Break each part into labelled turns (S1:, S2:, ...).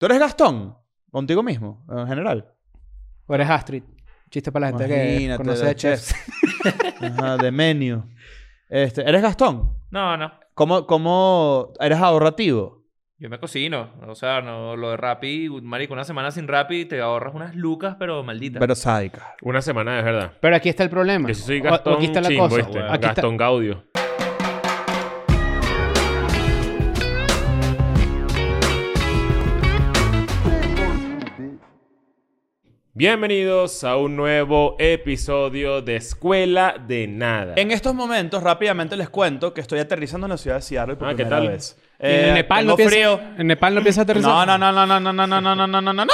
S1: ¿Tú eres Gastón? Contigo mismo, en general.
S2: O eres Astrid. Chiste para la gente que
S1: Imagínate,
S2: conoce
S1: la
S2: de chefs.
S1: Ajá, de menú. Este, ¿Eres Gastón?
S3: No, no.
S1: ¿Cómo, cómo eres ahorrativo?
S3: Yo me cocino. O sea, no, lo de Rappi, marico, una semana sin Rappi te ahorras unas lucas, pero maldita.
S1: Pero sádica.
S4: Una semana de verdad.
S2: Pero aquí está el problema.
S4: Yo sí soy
S2: O- o
S4: Gastón
S2: aquí está la
S4: Chimbo,
S2: cosa.
S4: ¿viste?
S2: Aquí está-
S4: Gastón Gaudio. Bienvenidos a un nuevo episodio de Escuela de Nada.
S1: En estos momentos, rápidamente les cuento que estoy aterrizando en la ciudad de Seattle por
S4: Ah, ¿qué
S1: primera
S4: tal?
S1: vez.
S2: Y
S1: Eh,
S2: en Nepal
S1: tengo
S2: no piensa,
S1: frío.
S2: En Nepal no piensa aterrizar.
S1: No, no, no, no, no, no, no, no, no, no, no, no, no, no.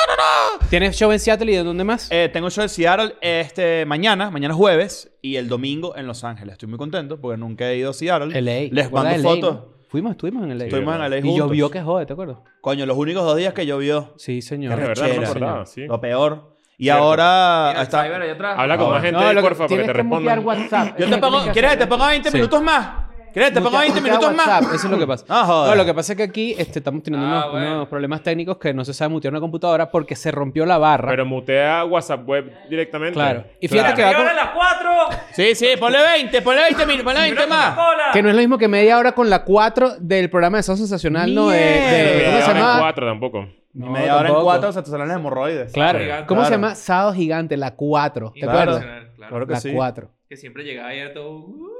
S2: ¿Tienes show en Seattle y de dónde más?
S1: Eh, tengo show de Seattle este mañana, mañana jueves y el domingo en Los Ángeles. Estoy muy contento porque nunca he ido a Seattle.
S2: LA.
S1: Les
S2: Recuerda
S1: mando
S2: LA,
S1: fotos.
S2: ¿no? Fuimos, estuvimos en LA.
S1: Estuvimos en LA
S2: Y
S1: juntos.
S2: llovió que jode, ¿te acuerdas?
S1: Coño, los únicos dos días que llovió.
S2: Sí,
S1: Qué
S2: señor.
S4: Verga, verdad, no me
S1: rechera.
S4: acordaba, sí.
S1: Lo peor. Y
S4: Cierto.
S1: ahora
S3: Mira, el
S1: está-
S3: cyber allá atrás.
S4: Ah, Habla con
S1: Ah,
S4: más gente,
S2: lo que-
S4: porfa, para que
S2: tienes
S4: te
S2: que mutear
S4: respondan.
S2: WhatsApp.
S1: Yo te pongo, ¿quieres que te ponga 20
S2: Sí.
S1: minutos más? ¿Quieres que te ponga
S2: Mutea-
S1: 20
S2: mutea
S1: minutos más?
S2: WhatsApp, Eso es lo que pasa.
S1: Ah, joder.
S2: No, lo que pasa es que aquí este, estamos teniendo
S3: Ah,
S2: unos,
S3: bueno.
S2: unos problemas técnicos que no se sabe mutear una computadora porque se rompió la barra.
S4: Pero mutea WhatsApp web directamente.
S2: Claro. Y fíjate
S3: ¡Que
S2: que va
S3: ahora
S2: con-
S3: las cuatro!
S1: Sí, sí, ponle 20, ponle 20, mil- ponle 20 más.
S3: ¡Hola!
S2: Que no es lo mismo que media hora con la 4 del programa de Sado Sensacional, ¿no? De, de-
S1: Mierda.
S2: ¿Cómo se
S4: no,
S2: llama?
S4: en cuatro tampoco.
S1: Ni
S2: No,
S1: media hora en
S2: tampoco.
S1: cuatro se te salen las hemorroides.
S2: Claro.
S3: Gigante.
S2: ¿Cómo se
S1: Claro.
S2: llama? Sábado Gigante, la 4. ¿Te
S1: Claro.
S2: acuerdas?
S3: Claro,
S1: Claro que
S2: La
S1: sí.
S2: 4.
S3: Que siempre llegaba y era todo... uh.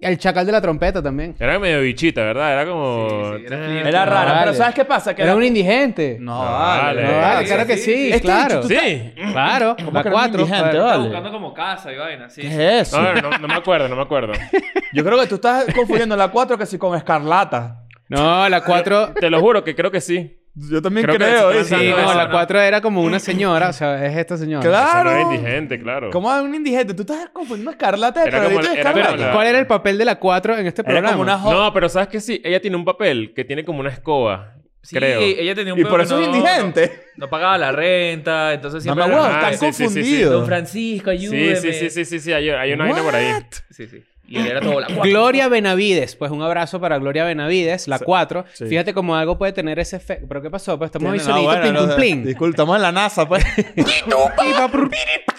S2: El Chacal de la Trompeta también.
S4: Era medio bichita, ¿verdad? Era como... Eh.
S3: Sí, sí, era flirt.
S1: Era rara,
S2: Vale.
S1: pero ¿sabes qué pasa? Que
S2: Era un indigente.
S1: No,
S4: No,
S1: vale.
S4: vale.
S2: No, vale,
S3: sí,
S2: claro que
S3: sí.
S2: sí,
S1: Este
S2: claro.
S1: bicho,
S4: Sí.
S2: Claro, la
S1: que era un
S2: 4.
S1: indigente,
S3: Estaba
S1: vale.
S3: buscando como casa y vaina, sí.
S1: ¿Qué es eso?
S4: No, no, no me acuerdo, no me acuerdo.
S1: Yo creo que tú estás confundiendo la 4 que sí con escarlata.
S2: No, la 4.
S4: Te lo juro que creo que sí.
S1: Yo también
S4: Creo que creo, sí,
S2: Sí,
S4: No,
S2: no,
S4: eso
S2: la
S4: no.
S2: 4 era como una señora, o sea, es esta señora.
S4: Eso no
S1: Claro.
S4: es indigente, claro.
S1: ¿Cómo es un indigente? Tú estás confundiendo escarlata de
S4: Era como-
S1: Carlito y
S4: era como
S1: escarlata.
S4: la-
S2: ¿Cuál era el papel de la 4 en este
S1: Era
S2: programa?
S1: como una jo-
S4: No, pero ¿sabes qué sí? Ella tiene un papel que tiene como una escoba,
S3: Sí,
S4: creo.
S3: ella tenía un
S1: Y
S3: pedo
S1: por
S3: que
S1: eso es
S3: no-
S1: indigente.
S3: No, no pagaba la renta, entonces
S1: No
S3: siempre...
S1: me
S3: era-
S1: huevo,
S4: Ah,
S1: estás
S4: sí, sí, sí, sí.
S3: Don
S1: confundido.
S3: Francisco,
S4: Sí,
S3: ayúdeme.
S4: sí, sí, sí, sí, sí, hay, hay una vaina por ahí.
S1: What?
S3: Sí, sí. Y él era todo la cuatro.
S2: Gloria Benavides, pues un abrazo para Gloria Benavides, la 4.
S1: sí.
S2: Fíjate cómo algo puede tener ese efecto. Pero ¿qué pasó? Pues estamos ahí
S1: Tiene- no,
S2: soniditos
S1: bueno, no,
S2: pim, pum, plin.
S1: Disculpa, estamos en la NASA, pues.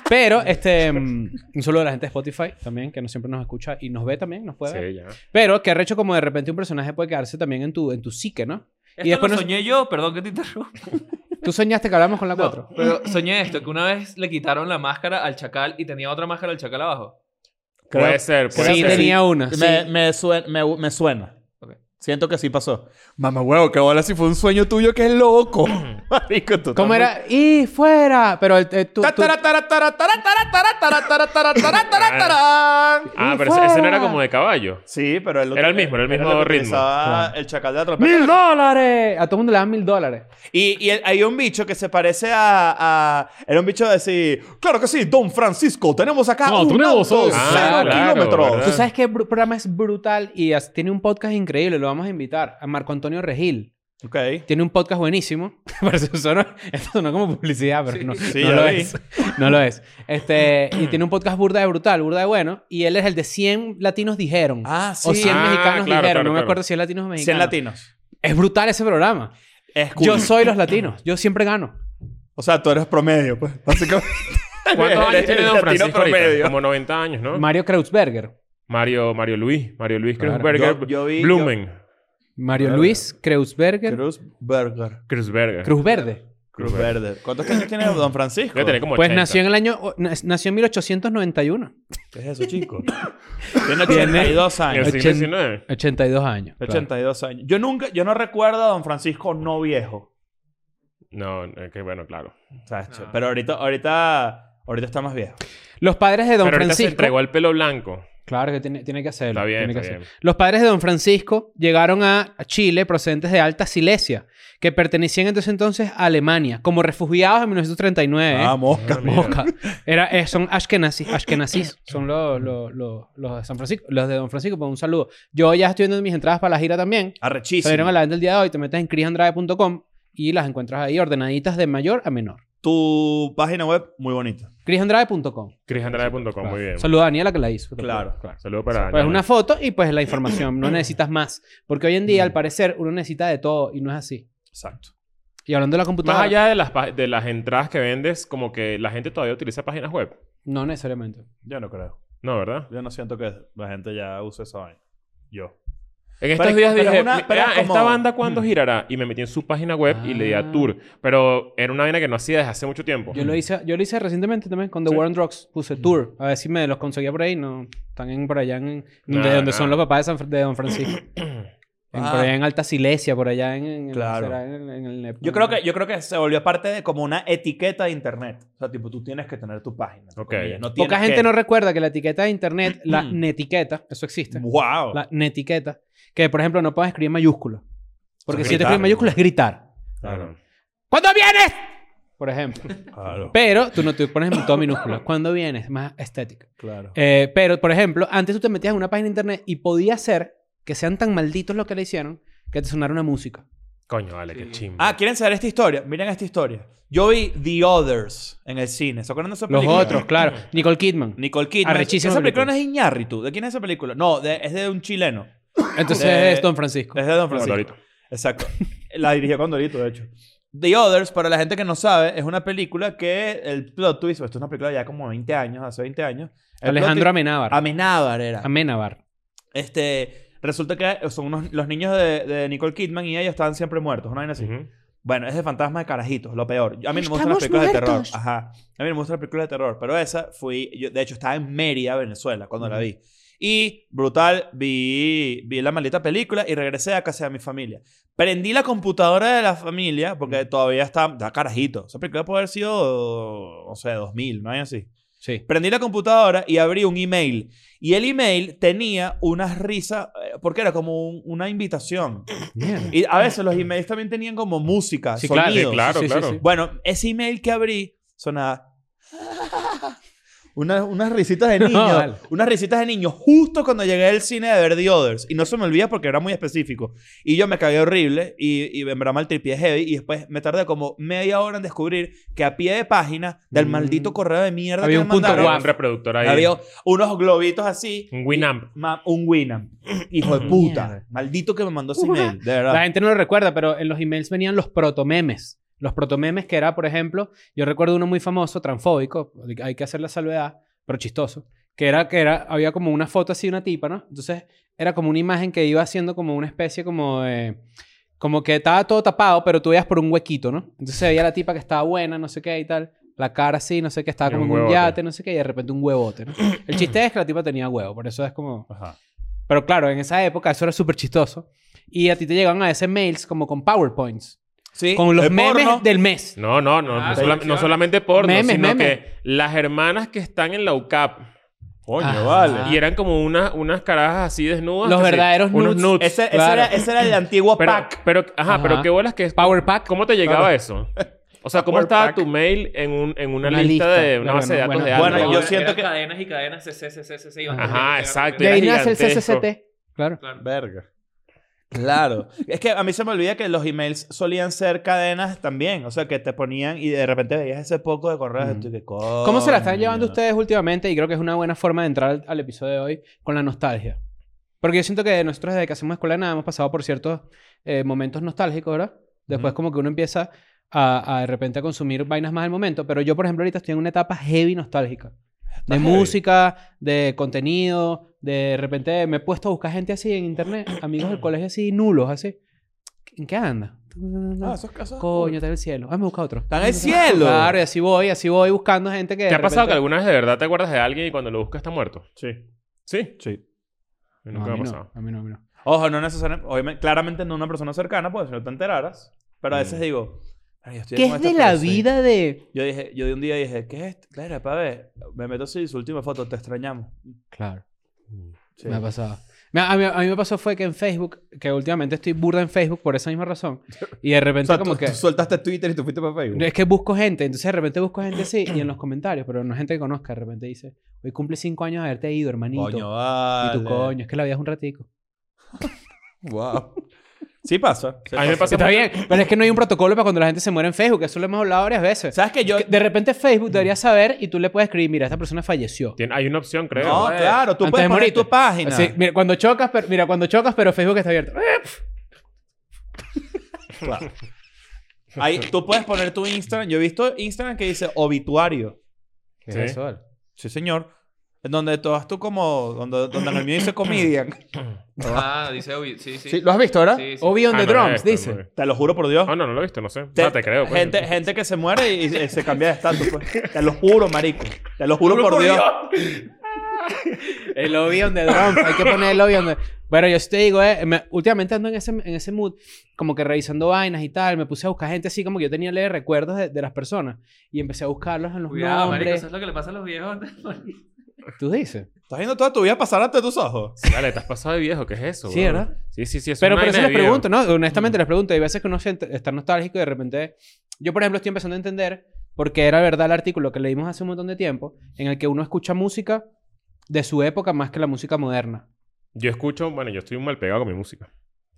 S2: Pero, este, mm, un saludo a la gente de Spotify también, que no siempre nos escucha y nos ve también, nos puede ver.
S4: Sí, ya.
S2: Pero que arrecho como de repente un personaje puede quedarse también en tu, en tu psique, ¿no?
S3: Esto
S2: y después
S3: lo
S2: nos-
S3: soñé yo, perdón que te interrumpa.
S2: tú soñaste que hablamos con la
S3: No,
S2: 4.
S3: pero soñé esto, que una vez le quitaron la máscara al chacal y tenía otra máscara al chacal abajo.
S1: Creo-
S4: Puede ser, puede
S2: sí,
S4: ser.
S2: tenía una. sí.
S1: Pues, Me, me, suen- me, me suena.
S3: Ok.
S1: Siento que sí pasó. Mamá, huevo, que bola si fue un sueño tuyo, que es loco. Marico, tú
S2: ¿Cómo
S1: estás
S2: era? ¡Y fuera! Pero el, el- tú-
S1: muy-
S2: tú-
S1: Tataratataratataratataratataratataratataratataratarán.
S4: Ah,
S2: Y
S4: pero ese- ese no
S2: fuera.
S4: era como de caballo.
S1: Sí, pero el otro-
S4: Era el mismo, era el mismo
S1: que
S4: ritmo.
S1: utilizaba El chacal de la trompeta.
S2: ¡Mil dólares! A todo el mundo le dan mil dólares.
S1: Y, y el- hay un bicho que se parece a, a- Era un bicho de decir... Claro que sí, Don Francisco. Tenemos acá
S4: No,
S1: un
S4: tenemos
S1: auto
S4: un-
S1: cero
S4: Ah, claro,
S1: kilómetros.
S4: ¿verdad?
S2: Tú sabes que el br- programa es brutal y as- tiene un podcast increíble. Lo vamos a invitar a Marco Antonio Regil.
S1: Ok.
S2: Tiene un podcast buenísimo. Parece sonó, esto sonó como publicidad, pero no,
S1: Sí,
S2: no
S1: ya
S2: lo
S1: vi.
S2: es. No lo es. Este, y tiene un podcast burda de brutal, burda de bueno. Y él es el de 100 latinos dijeron.
S1: Ah,
S2: O
S1: sí.
S2: 100
S4: Ah,
S2: mexicanos
S4: claro,
S2: dijeron.
S4: claro,
S2: no me
S4: claro.
S2: acuerdo si es latinos o mexicanos.
S1: 100 latinos.
S2: Es brutal ese programa.
S1: Es
S2: Yo
S1: cool.
S2: soy los latinos. Yo siempre gano.
S1: O sea, tú eres promedio, pues. Básicamente.
S4: ¿Cuántos años
S1: Eres
S4: tiene Don
S1: latino
S4: Francisco ahorita?
S1: promedio.
S4: Como 90 años, ¿no?
S2: Mario Kreuzberger.
S4: Mario, Mario Luis. Mario Luis
S2: Claro.
S4: Kreuzberger.
S1: Yo- yo vi-
S4: Blumen.
S2: Mario Luis Kreuzberger.
S1: Cruz Burger.
S4: Kreuzberger.
S2: Cruz Verde.
S1: Cruz Verde. ¿Cuántos años tiene Don Francisco?
S4: Debe tener como
S2: Pues
S4: 80.
S2: nació en el año... o- nas- Nació en 1891.
S1: ¿Qué es eso, chico? tiene 82
S4: En el
S1: años.
S4: siglo
S2: Ochen-
S4: XIX.
S2: 82 años. claro.
S1: 82 años. Yo nunca, yo no recuerdo a Don Francisco no viejo.
S4: No, es que bueno, claro.
S1: O sea,
S4: Ah.
S1: ch-
S3: No.
S1: Pero ahorita, ahorita, ahorita está más viejo.
S2: Los padres de Don
S4: pero ahorita se
S2: Francisco...
S4: entregó al pelo blanco.
S2: Claro que tiene, tiene que hacerlo.
S4: Está bien,
S2: tiene que
S4: está
S2: hacerlo.
S4: bien.
S2: Los padres de Don Francisco llegaron a a Chile procedentes de Alta Silesia, que pertenecían entonces entonces a Alemania, como refugiados en 1939.
S4: Ah,
S2: ¿eh?
S1: mosca.
S2: Mosca. Era, eh, son ashkenazis, ashkenazis. Son los, los, los, los de San Francisco, los de Don Francisco. Pues un saludo. Yo ya estoy viendo mis entradas para la gira también. Salieron a
S1: Arrechísimo.
S2: la venta el día de hoy. Te metes en chrisandrade.com y las encuentras ahí ordenaditas de mayor a menor.
S1: Tu página web, muy bonita.
S2: chrisandrade.com.
S4: Crisandrade.com,
S2: Claro.
S4: Pues muy bien.
S2: Saluda a Daniela que la hizo.
S1: Claro.
S4: Saludos para
S2: Pues
S4: Ana.
S2: una foto y pues la
S1: Mm.
S2: información. No necesitas más. Porque hoy en día, al parecer, uno necesita de todo y no es así.
S1: Exacto.
S2: Y hablando de la
S4: Más
S2: computadora.
S4: allá de las, pa- de las entradas que vendes, como que la gente todavía utiliza páginas web.
S2: No necesariamente.
S1: Yo no creo.
S4: No, ¿verdad?
S1: Yo no siento que la gente ya use esa vaina. Yo.
S4: En estos
S1: Pero-
S4: días
S1: pero es
S4: dije,
S1: una-
S4: "Mi-
S1: pero es
S4: ah,
S1: como-
S4: ¿esta banda cuándo girará? Y me metí en su página web y le di
S2: Mm. Ah.
S4: a tour. Pero era una vaina que no hacía desde hace mucho
S1: Pues,
S4: tiempo.
S1: mm.
S2: Yo lo hice, yo lo hice recientemente también con The
S4: Sí.
S2: War on Drugs. Puse tour. A ver si me los conseguía por ahí. No, están en, por allá en...
S4: Nah,
S2: de donde
S4: nah.
S2: son los papás de, San Fr- de Don Francisco. En-
S1: Ah.
S2: Por allá en Alta Silesia, por allá en... en- en-
S1: Claro.
S2: será en- en el-
S1: Yo creo que, yo creo que se volvió parte de como una etiqueta de internet. O sea, tipo, tú tienes que tener tu página. entre
S4: Ok.
S1: comillas. No tienes
S2: Poca gente
S1: que- Mm.
S2: no recuerda que la etiqueta de internet, la netiqueta, eso existe.
S1: ¡Wow!
S2: La netiqueta. Que, por ejemplo, no puedes escribir en mayúscula. Porque
S1: Es
S2: si yo te
S1: gritar,
S2: escribo en mayúscula es gritar.
S4: Claro.
S2: ¿Cuándo vienes? Por ejemplo.
S1: Claro.
S2: Pero tú no te pones en todo minúscula. ¿Cuándo vienes? Más estética.
S1: claro.
S2: Eh, pero, por ejemplo, antes tú te metías en una página de internet y podía ser que sean tan malditos los que le hicieron que te sonara una música.
S4: Coño, vale, qué
S3: Sí.
S4: chimba.
S1: Ah, ¿quieren saber esta historia? Miren esta historia. Yo vi The Others en el cine. ¿Se acuerdan de esa
S2: Los
S1: película?
S2: otros, claro. Nicole Kidman.
S1: Nicole Kidman.
S2: Arrechísima
S1: Esa película no
S2: película.
S1: es Iñárritu. ¿De quién es esa película? No, de- es de un chileno.
S2: Entonces
S1: Eh,
S2: es Don Francisco.
S1: Es de Don
S4: Bueno,
S1: Francisco.
S4: ahorita.
S1: Exacto. La dirigió Condorito, de hecho. The Others, para la gente que no sabe, es una película que el plot twist, esto es una película ya como 20 años, hace 20 años. El
S2: Alejandro
S1: plot twist-
S2: Amenábar.
S1: Amenábar era.
S2: Amenábar.
S1: Este, resulta que son unos, los niños de, de Nicole Kidman y ella estaban siempre muertos, una vaina así.
S4: Ujú.
S1: Bueno, es de fantasma de carajitos, lo peor. Yo- A mí no me gustan las
S2: Estamos
S1: películas de
S2: muertos.
S1: terror. Ajá. A mí no me gustan las películas de terror, pero esa fui, yo, de hecho estaba en Mérida, Venezuela, cuando la
S2: Ujú.
S1: vi. Y brutal, vi, vi la maldita película y regresé a casa de mi familia. Prendí la computadora de la familia porque todavía está, está carajito. Esa película puede haber sido, no sé, 2000, no hay así.
S2: Sí.
S1: Prendí la computadora y abrí un email. Y el email tenía unas risas, eh, porque era como un- una invitación.
S2: Mierda.
S1: Y a veces los emails también tenían como música,
S2: Sí, claro,
S1: sonidos.
S2: sí,
S4: Sí, claro,
S2: Sí, sí,
S4: claro.
S2: sí.
S1: Bueno, ese email que abrí sonaba... Una- unas risitas de niño.
S2: vale.
S1: Unas risitas de niño justo cuando llegué al cine de ver The Others. Y no se me olvida porque era muy específico. Y yo me cagué horrible y, y me mal tripié heavy. Y después me tardé como media hora en descubrir que a pie de página del
S2: Mm.
S1: maldito correo de mierda
S2: Había
S1: que
S2: un
S1: me
S2: punto
S1: mandaron,
S4: Claro,
S2: guaf.
S4: un reproductor ahí.
S1: había unos globitos así.
S4: Un Winamp.
S1: ma- un Winamp. Hijo de puta.
S2: Mm. Mierda.
S1: Maldito que me mandó ese email. De verdad.
S2: La gente no lo recuerda, pero en los emails venían los protomemes. Los protomemes que era, por ejemplo, yo recuerdo uno muy famoso, transfóbico, hay que hacer la salvedad, pero chistoso, que era que era había como una foto así de una tipa, ¿no? Entonces, era como una imagen que iba haciendo como una especie como de como que estaba todo tapado, pero tú veías por un huequito, ¿no? Entonces se veía la tipa que estaba buena, no sé qué y tal, la cara así, no sé qué, estaba
S4: Y
S2: como
S4: un
S2: en un
S4: huevote.
S2: yate, no sé qué, y de repente un huevote, ¿no? El chiste es que la tipa tenía huevo, por eso es como pero claro, en esa época eso era súper chistoso. Y a ti te llegaban a veces mails como con PowerPoints.
S1: Sí,
S2: Con los
S1: de
S2: memes
S1: porno.
S2: del mes.
S4: No, no, no.
S3: Ah,
S4: no, sola-
S3: sí, sí,
S4: no
S3: sí.
S4: solamente porno,
S2: Memes,
S4: sino
S2: memes.
S4: que las hermanas que están en la UCAP.
S1: Coño,
S2: Ajá.
S1: vale.
S4: Y eran como unas, unas carajas así desnudas.
S2: Ah. Los
S4: que sí,
S2: verdaderos
S4: unos
S2: nudes.
S4: nudes.
S1: Ese, ese
S2: Claro.
S1: era, ese era el antiguo
S4: Pero,
S1: pack.
S4: pero, ajá,
S2: Ajá.
S4: pero qué bolas que es.
S2: Power pack.
S4: ¿Cómo te llegaba eso? O sea, ¿cómo
S1: Power
S4: estaba
S1: pack.
S4: tu mail en, un, en una,
S2: Una
S4: lista,
S2: lista.
S4: de una
S2: Bueno,
S4: base de datos
S2: bueno,
S4: de
S1: bueno,
S4: algo?
S1: yo
S3: eran
S1: siento que-
S3: cadenas y cadenas, c, c, c, c, c, iban
S4: Ajá,
S3: cambiando,
S4: exacto.
S2: De
S3: iban
S2: ahí
S4: Era
S2: nace el
S4: gigantesco.
S2: CCCT. Claro.
S3: cambiando. Claro.
S1: Verga. Claro. es que a mí se me olvida que los emails solían ser cadenas también. O sea, que te ponían y de repente veías ese poco de correos.
S2: Ujú.
S1: y tú que,
S2: ¿Cómo se la están llevando
S1: coño.
S2: ustedes últimamente? Y creo que es una buena forma de entrar al, al episodio de hoy con la nostalgia. Porque yo siento que nosotros desde que hacemos escuela de nada hemos pasado por ciertos eh, momentos nostálgicos, ¿verdad? Después
S1: Ujú.
S2: como que uno empieza a, a de repente a consumir vainas más del momento. Pero yo, por ejemplo, ahorita estoy en una etapa heavy nostálgica. De
S1: heavy.
S2: música, de contenido, de, repente me he puesto a buscar gente así en internet, amigos del colegio así, nulos, así. ¿En qué anda?
S1: Ah, esos casos.
S2: Coño, está en el cielo. Ah, me busca otro.
S1: ¡Está en el cielo!
S2: Claro, y así voy, así voy buscando gente que.
S4: ¿Te
S2: de
S4: ha pasado que
S2: repente-
S4: alguna vez de verdad te acuerdas de alguien y cuando lo buscas está muerto?
S1: Sí,
S4: Sí.
S1: sí.
S2: No,
S4: Nunca me
S2: a
S4: ha
S2: mí no,
S4: pasado.
S2: a mí no, a mí no.
S1: Ojo, no necesariamente. obviamente- claramente no una persona cercana, pues si no te enteraras. Pero a veces
S4: Mm.
S1: digo. "Ay, yo estoy
S2: ¿Qué
S1: con
S2: es
S1: esta
S2: de la
S1: persona".
S2: vida de.?
S1: Yo dije, yo de un día dije, ¿qué es esto? Claro, para ver. Me meto así su última foto, te extrañamos.
S2: Claro,
S1: Sí.
S2: me ha pasado. Me- A mí, a mí me pasó fue que en Facebook, que últimamente estoy burda en Facebook por esa misma razón. Y de
S1: O
S2: repente,
S1: sea,
S2: como
S1: tú,
S2: que.
S1: tú soltaste Twitter y tú fuiste para Facebook.
S2: Es que busco gente, entonces de repente busco gente así y en los comentarios, pero no es gente que conozca, de repente dice, hoy cumple cinco años de haberte ido, hermanito.
S1: Coño,
S2: y
S1: vale.
S2: tu coño, es que la vida es un ratico.
S1: Wow. Sí pasa. sí
S4: A mí me pasa
S2: Está bien, pero es que no hay un protocolo para cuando la gente se muere en Facebook, eso lo hemos hablado varias veces.
S1: ¿Sabes que yo...?
S2: Que De repente Facebook debería saber y tú le puedes escribir, mira, esta persona falleció.
S4: Tiene- hay una opción, creo. Ah,
S1: No,
S3: eh.
S1: claro. Tú
S2: Antes
S1: puedes
S2: de
S1: poner
S2: morirte.
S1: tu página.
S2: Sí, mira, cuando chocas, pero, mira, cuando chocas, pero Facebook está abierto.
S1: Claro. Ahí, tú puedes poner tu Instagram. Yo he visto Instagram que dice obituario.
S2: ¿Qué
S4: Sí.
S2: es eso? Ale?
S1: Sí, señor. En donde tú vas tú como... Donde, donde en el mío dice comedian.
S3: Ah, dice Obi. Sí, sí.
S5: Sí, ¿Lo has visto ahora?
S3: Sí, sí.
S2: Obi on
S4: Ah,
S2: the
S4: no,
S2: drums,
S4: esto,
S2: dice.
S4: no,
S1: Te lo juro por Dios.
S4: Ah, no, no lo he visto, no sé.
S1: Te-
S4: ah, te creo. coño.
S1: gente, gente que se muere y, y se cambia de estatus. pues. Te lo juro, marico. Te lo juro por Dios.
S2: El Obi on the drums. Hay que poner el Obi on the... Bueno, yo sí te digo, eh, me- últimamente ando en ese, en ese mood, como que revisando vainas y tal. Me puse a buscar gente así, como que yo tenía leer recuerdos de, de las personas. Y empecé a buscarlos en los
S3: Cuidado, marico,
S2: nombres.
S3: eso es lo que le pasa a los viejos.
S2: Tú dices.
S1: Estás viendo toda tu vida pasar ante tus ojos.
S4: Dale, te has pasado de viejo, ¿qué es eso?
S2: Sí,
S4: weón?
S2: ¿verdad?
S4: Sí, sí, sí. es
S2: Pero
S4: una
S2: por eso
S4: vaina
S2: les
S4: de viejo. Mm.
S2: pregunto, ¿no? Honestamente les pregunto. Hay veces que uno siente- está nostálgico y de repente... Yo, por ejemplo, estoy empezando a entender porque era verdad el artículo que leímos hace un montón de tiempo en el que uno escucha música de su época más que la música moderna.
S4: Yo escucho, bueno, yo estoy mal pegado con mi música.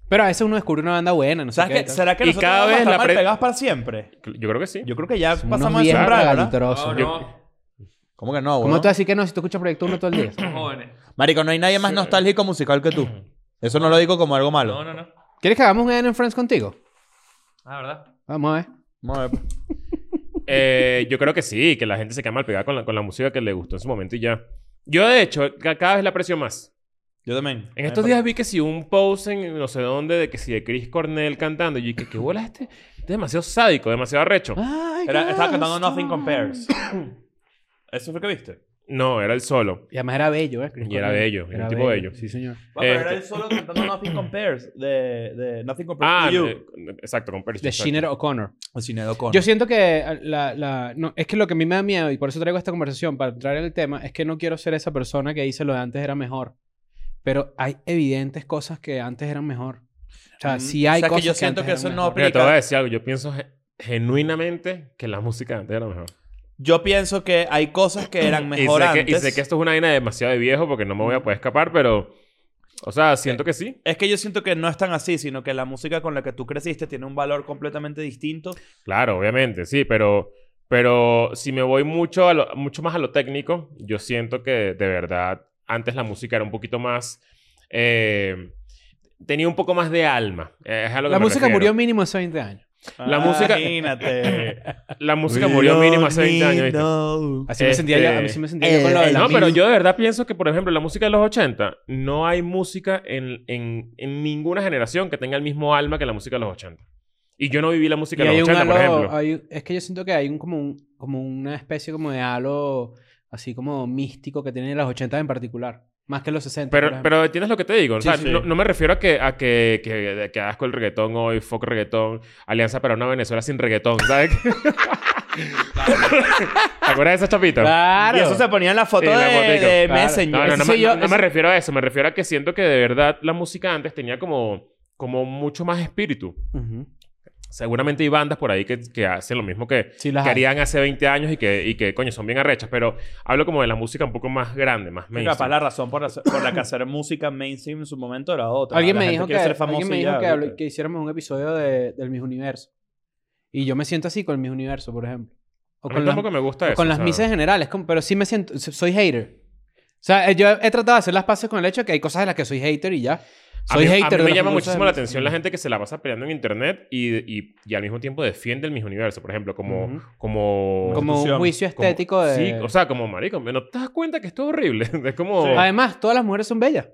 S2: Pero a veces uno descubre una banda buena, no sé
S1: ¿Sabes
S2: qué.
S1: qué? ¿Será que
S4: Y
S1: nosotros
S4: cada
S1: vamos a
S4: vez
S1: estar
S4: la
S1: mal
S4: pre-
S1: pegados para siempre?
S4: Yo creo que sí.
S1: Yo creo que ya
S2: Somos
S1: pasamos
S2: unos
S1: de
S2: viejos
S1: sombra, ¿verdad? Ah,
S2: galitrosos.
S3: No, no.
S1: ¿Cómo que no,
S2: ¿Cómo
S1: weón?
S2: te vas a decir que no si tú escuchas Proyecto 1 todo el día?
S3: Jóvenes.
S1: Marico, no hay nadie más nostálgico musical que tú. Eso no lo digo como algo malo.
S3: No, no, no.
S2: ¿Quieres que hagamos un Eden en Friends contigo?
S3: Ah, ¿verdad?
S2: Vamos a ver.
S1: Vamos a ver.
S4: Eh, yo creo que sí, que la gente se queda mal pegada con la, con la música que le gustó en su momento y ya. Yo, de hecho, ca- cada vez la aprecio más.
S1: Yo también.
S4: En estos días vi que si un post en no sé dónde de que si de Chris Cornell cantando. Y yo dije, ¿qué bola este? Este es demasiado sádico, demasiado arrecho.
S2: Ah.
S1: Era- estaba cantando Nothing Compares. ¿Eso fue que viste?
S4: No, era el solo.
S2: Y además era bello, ¿eh? Chris
S4: Y era
S2: Cornell.
S4: bello, era un tipo bello.
S2: Sí, señor.
S1: Va, pero
S4: Este-
S1: era él solo cantando Nothing Compares de, de Nothing Compares
S4: Ah,
S1: to You.
S4: eh, exacto, con Percy.
S2: De
S4: exacto.
S2: Shinner O'Connor.
S1: El cine de O'Connor.
S2: Yo siento que eh, la, la- no, es que lo que a mí me da miedo, y por eso traigo esta conversación para entrar en el tema, es que no quiero ser esa persona que dice lo de antes era mejor. Pero hay evidentes cosas que antes eran mejor. O sea,
S1: Mm,
S2: sí hay
S1: o sea, que
S2: cosas
S1: yo siento
S2: antes
S1: que
S2: eran
S1: eso no
S2: mejor.
S1: aplica.
S4: Mira, te voy a decir algo. Yo pienso ge- genuinamente que la música de antes era mejor.
S1: Yo pienso que hay cosas que eran
S4: Y
S1: mejor
S4: sé, que, y
S1: antes.
S4: sé que esto es una vaina demasiado de viejo porque no me voy a poder escapar, pero... O sea, siento que sí.
S1: Es que yo siento que no es tan así, sino que la música con la que tú creciste tiene un valor completamente distinto.
S4: Claro, obviamente, sí, pero... Pero si me voy mucho, a lo- mucho más a lo técnico, yo siento que de verdad antes la música era un poquito más... eh, tenía un poco más de alma. Eh, es a lo que
S2: La
S4: me
S2: música
S4: refiero.
S2: murió mínimo hace 20 años.
S4: La música-
S1: Imagínate.
S4: La música murió mínimo hace 20 años. ¿viste?
S2: Así me sentía
S4: Este-
S2: yo, a mí sí me sentía yo con lo de la
S4: No, pero
S2: mil-
S4: yo de verdad pienso que, por ejemplo, la música de los 80, no hay música en, en, en ninguna generación que tenga el mismo alma que la música de los 80. Y yo no viví la música
S2: Y
S4: de
S2: hay
S4: los
S2: un
S4: 80, por
S2: halo-
S4: ejemplo.
S2: hay- es que yo siento que hay un, como, un- como una especie como de halo así como místico que tienen las 80 en particular. Más que los 60. por
S4: Pero,
S2: ejemplo.
S4: pero entiendes lo que te digo. O
S1: Sí,
S4: sea,
S1: sí.
S4: No, no me refiero a que, a que, que, que asco el reggaetón hoy, fuck reggaetón, Alianza para una Venezuela sin reggaetón, ¿sabes? ¿Te acuerdas de esa chapita?
S2: Claro.
S1: Y eso se ponía en la foto
S4: Sí, la
S1: de,
S4: fotico,
S1: de
S2: claro.
S1: Messenger.
S4: No, no, no,
S2: Ese
S4: me-
S2: yo-
S4: no- no me
S2: ese-
S4: refiero a eso. Me refiero a que siento que de verdad la música antes tenía como, como mucho más espíritu.
S2: Ujú.
S4: Seguramente hay bandas por ahí que, que hacen lo mismo que,
S2: Sí, las
S4: que
S2: hay.
S4: harían hace 20 años y que, y que, coño, son bien arrechas. Pero hablo como de la música un poco más grande, más
S1: Y
S4: mainstream.
S1: capaz la razón por, hacer- por la que hacer música mainstream en su momento era otra.
S2: Alguien
S1: La
S2: me
S1: gente
S2: dijo, que,
S1: quiere ser famosa
S2: alguien me
S1: y
S2: dijo
S1: ya,
S2: que, habl-
S1: ¿viste?
S2: que hiciéramos un episodio de, del Mis Universo. Y yo me siento así con el Mis Universo, por ejemplo. O
S4: A mí
S2: con las,
S4: tampoco me gusta
S2: o
S4: eso.
S2: con las
S4: o sea,
S2: misas generales, como- pero sí me siento, so- soy hater. O sea, eh, yo he tratado de hacer las paces con el hecho de que hay cosas de las que soy hater y ya.
S4: a
S2: Soy
S4: mí-
S2: hater.
S4: A
S2: de
S4: mí me
S2: las
S4: llama
S2: musas de
S4: muchísimo la
S2: mis-
S4: atención la gente que se la pasa peleando en internet y, y, y al mismo tiempo defiende el mis universo, por ejemplo, como.
S2: Ujú.
S4: como
S2: Como un
S1: Constitución.
S2: juicio
S4: como-
S2: estético de...
S4: Sí, o sea, como marico, ¿no te das cuenta que esto es horrible? es como.
S1: Sí.
S2: Además, todas las mujeres son bellas.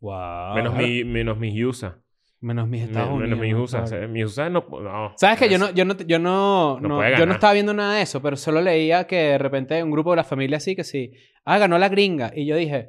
S1: Wow.
S4: Menos, mi, menos mis Yusa.
S2: Menos mis Estados
S4: Me-
S2: Unidos.
S4: Menos mis
S2: ¿no?
S4: usas.
S2: Claro.
S4: eh, Mis usas no, no.
S2: ¿Sabes que yo
S4: Es-
S2: no, yo no, yo no,
S4: No
S2: no-
S4: puede
S2: yo no
S4: ganar.
S2: estaba viendo nada de eso, pero solo leía que de repente un grupo de la familia así que sí, ah, ganó la gringa. Y yo dije,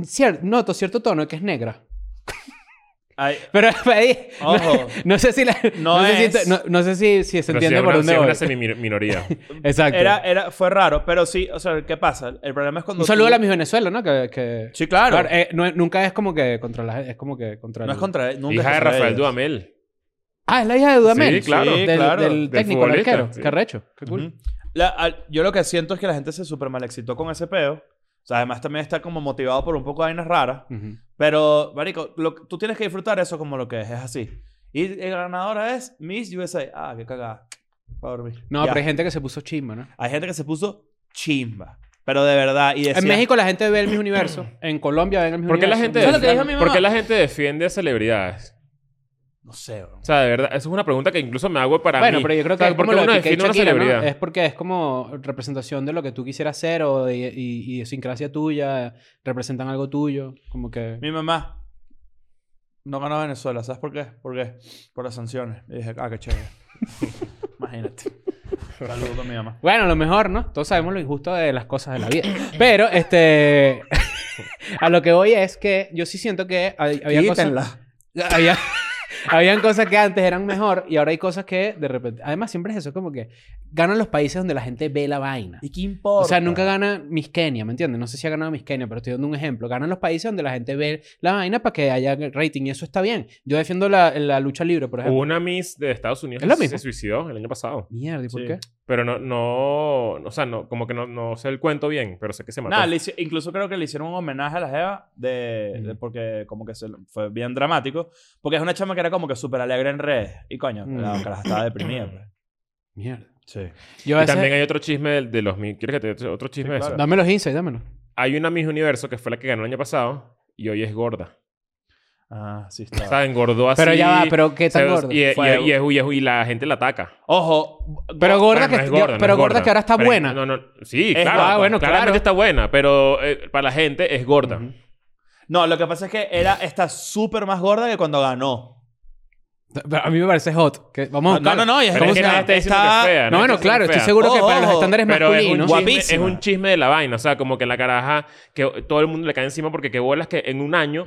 S2: cier- noto cierto tono que es negra.
S1: Ay,
S2: Pero ahí, no,
S1: ojo.
S2: no sé si la-
S1: Oh. No
S2: no, sé, si,
S1: es-
S2: no, no sé si, si se
S4: pero sí
S2: entiende
S4: es
S2: por
S4: una-
S2: dónde
S4: sí es
S2: voy.
S4: una semi-minoría.
S2: Exacto.
S1: Era, era, fue raro, pero sí, o sea, ¿qué pasa? El problema es cuando.
S2: un saludo
S1: tú-
S2: a la mis Venezuela, ¿no? Que, que-
S1: Sí, claro.
S2: Claro, eh, no es- nunca es como que contra la es como que contra
S1: no
S2: el-
S1: es contra nunca
S4: Hija
S1: es
S4: de
S1: contra
S4: Rafael
S1: ellos.
S4: Dudamel.
S2: Ah, es la hija de Dudamel.
S4: Sí, claro.
S1: Sí,
S2: Del,
S1: claro,
S2: del
S4: del
S2: técnico, el
S4: futbolista,
S2: arquero.
S4: sí.
S2: Qué arrecho. Qué cool.
S1: Ujú. La- al- yo lo que siento es que la gente se super malexitó con ese peo. O sea, además también está como motivado por un poco de vainas raras.
S2: Ujú.
S1: Pero, marico, lo- tú tienes que disfrutar eso como lo que es. Es así. Y el ganador es Miss USA. Ah, qué cagada. Pa' dormir.
S2: No,
S1: Ya.
S2: pero hay gente que se puso chimba, ¿no?
S1: Hay gente que se puso chimba. Pero de verdad. Y decía,
S2: En México la gente ve el mismo universo. En Colombia ven el mismo
S4: ¿Por qué la
S2: universo.
S4: gente,
S2: ¿Sabes lo que dijo mi mamá?
S4: ¿por qué la gente defiende a celebridades?
S1: No sé, bro.
S4: O sea, de verdad, eso es una pregunta que incluso me hago para
S2: bueno,
S4: mí.
S2: pero yo creo
S4: O
S2: que
S4: sea,
S2: es
S4: ¿por
S2: como
S4: qué
S2: lo de
S4: uno
S2: Piqué y
S4: define una
S2: Shakira, ¿no?
S4: celebridad?
S2: Es porque es como representación de lo que tú quisieras ser o de, y, y idiosincrasia tuya, representan algo tuyo, como que...
S1: Mi mamá no ganó Venezuela. ¿Sabes por qué? ¿Por qué? Por las sanciones. Y dije, ah, qué chévere. Imagínate. Saludos a mi mamá.
S2: Bueno, a lo mejor, ¿no? Todos sabemos lo injusto de las cosas de la vida. Pero, este... a lo que voy es que yo sí siento que hay- había cosas...
S1: Quítenla.
S2: Había- habían cosas que antes eran mejor y ahora hay cosas que de repente... Además, siempre es eso, como que ganan los países donde la gente ve la vaina.
S1: ¿Y qué importa?
S2: O sea, nunca gana Miss Kenia, ¿me entiendes? No sé si ha ganado Miss Kenia, pero estoy dando un ejemplo. Ganan los países donde la gente ve la vaina para que haya rating y eso está bien. Yo defiendo la, la lucha libre, por
S4: Hubo
S2: ejemplo.
S4: una Miss de Estados Unidos
S2: Es lo
S4: que
S2: mismo.
S4: se suicidó el año pasado.
S2: Mierda, ¿y por
S1: Sí.
S2: qué?
S4: Pero no, no, o sea, no, como que no, no sé el cuento bien, pero sé que se mató.
S1: Nada, le hice- incluso creo que le hicieron un homenaje a la Jeva de, de-
S2: Mm.
S1: porque como que se, fue bien dramático. Porque es una chama que era como que súper alegre en redes. Y coño,
S2: Mm.
S1: la caraja estaba deprimida. pues.
S2: Mierda.
S1: Sí.
S2: Yo a
S4: y
S2: veces-
S4: también hay otro chisme de, de los Miss. ¿Quieres que te eche otro chisme de
S1: claro.
S4: eso?
S2: Dame los insights, dámelo.
S4: Hay una Miss Universo que fue la que ganó el año pasado y hoy es gorda.
S1: Ah, sí
S4: O
S1: estaba.
S4: sea, engordó así.
S2: Pero ya va, pero qué tan
S4: Ah, se-
S2: gorda.
S4: Y, y-
S1: Fue-
S4: y es- y es- y la gente la ataca.
S1: Ojo,
S2: Pero gorda
S4: Bueno,
S2: que
S4: no es
S2: yo-
S4: no
S2: pero
S4: es
S2: gorda que ahora está
S4: Pero-
S2: buena.
S4: No, no, sí,
S1: Es
S4: claro.
S1: guapa.
S4: Ah, bueno, claramente
S2: claro.
S4: está buena, pero eh, para la gente es gorda.
S2: Ujú.
S1: No, lo que pasa es que era, está súper más gorda que cuando ganó.
S2: Pero a mí me parece hot. Que, vamos a
S4: Ah,
S1: No, no, no,
S2: buscarlo.
S1: no, y es
S4: Pero
S1: como
S4: es que
S1: si-
S4: nadie está diciendo
S1: está-
S4: que es fea.
S2: No,
S4: nadie
S2: bueno,
S4: está diciendo
S2: claro,
S4: que es
S2: estoy
S4: fea.
S2: seguro que
S1: Ojo,
S2: para los
S1: ojo.
S2: estándares
S4: Pero es un,
S2: masculinos.
S1: guap-
S4: chisme, es
S1: Guapísima.
S4: un chisme de la vaina. O sea, como que la caraja... Que todo el mundo le cae encima porque qué bolas que en un año...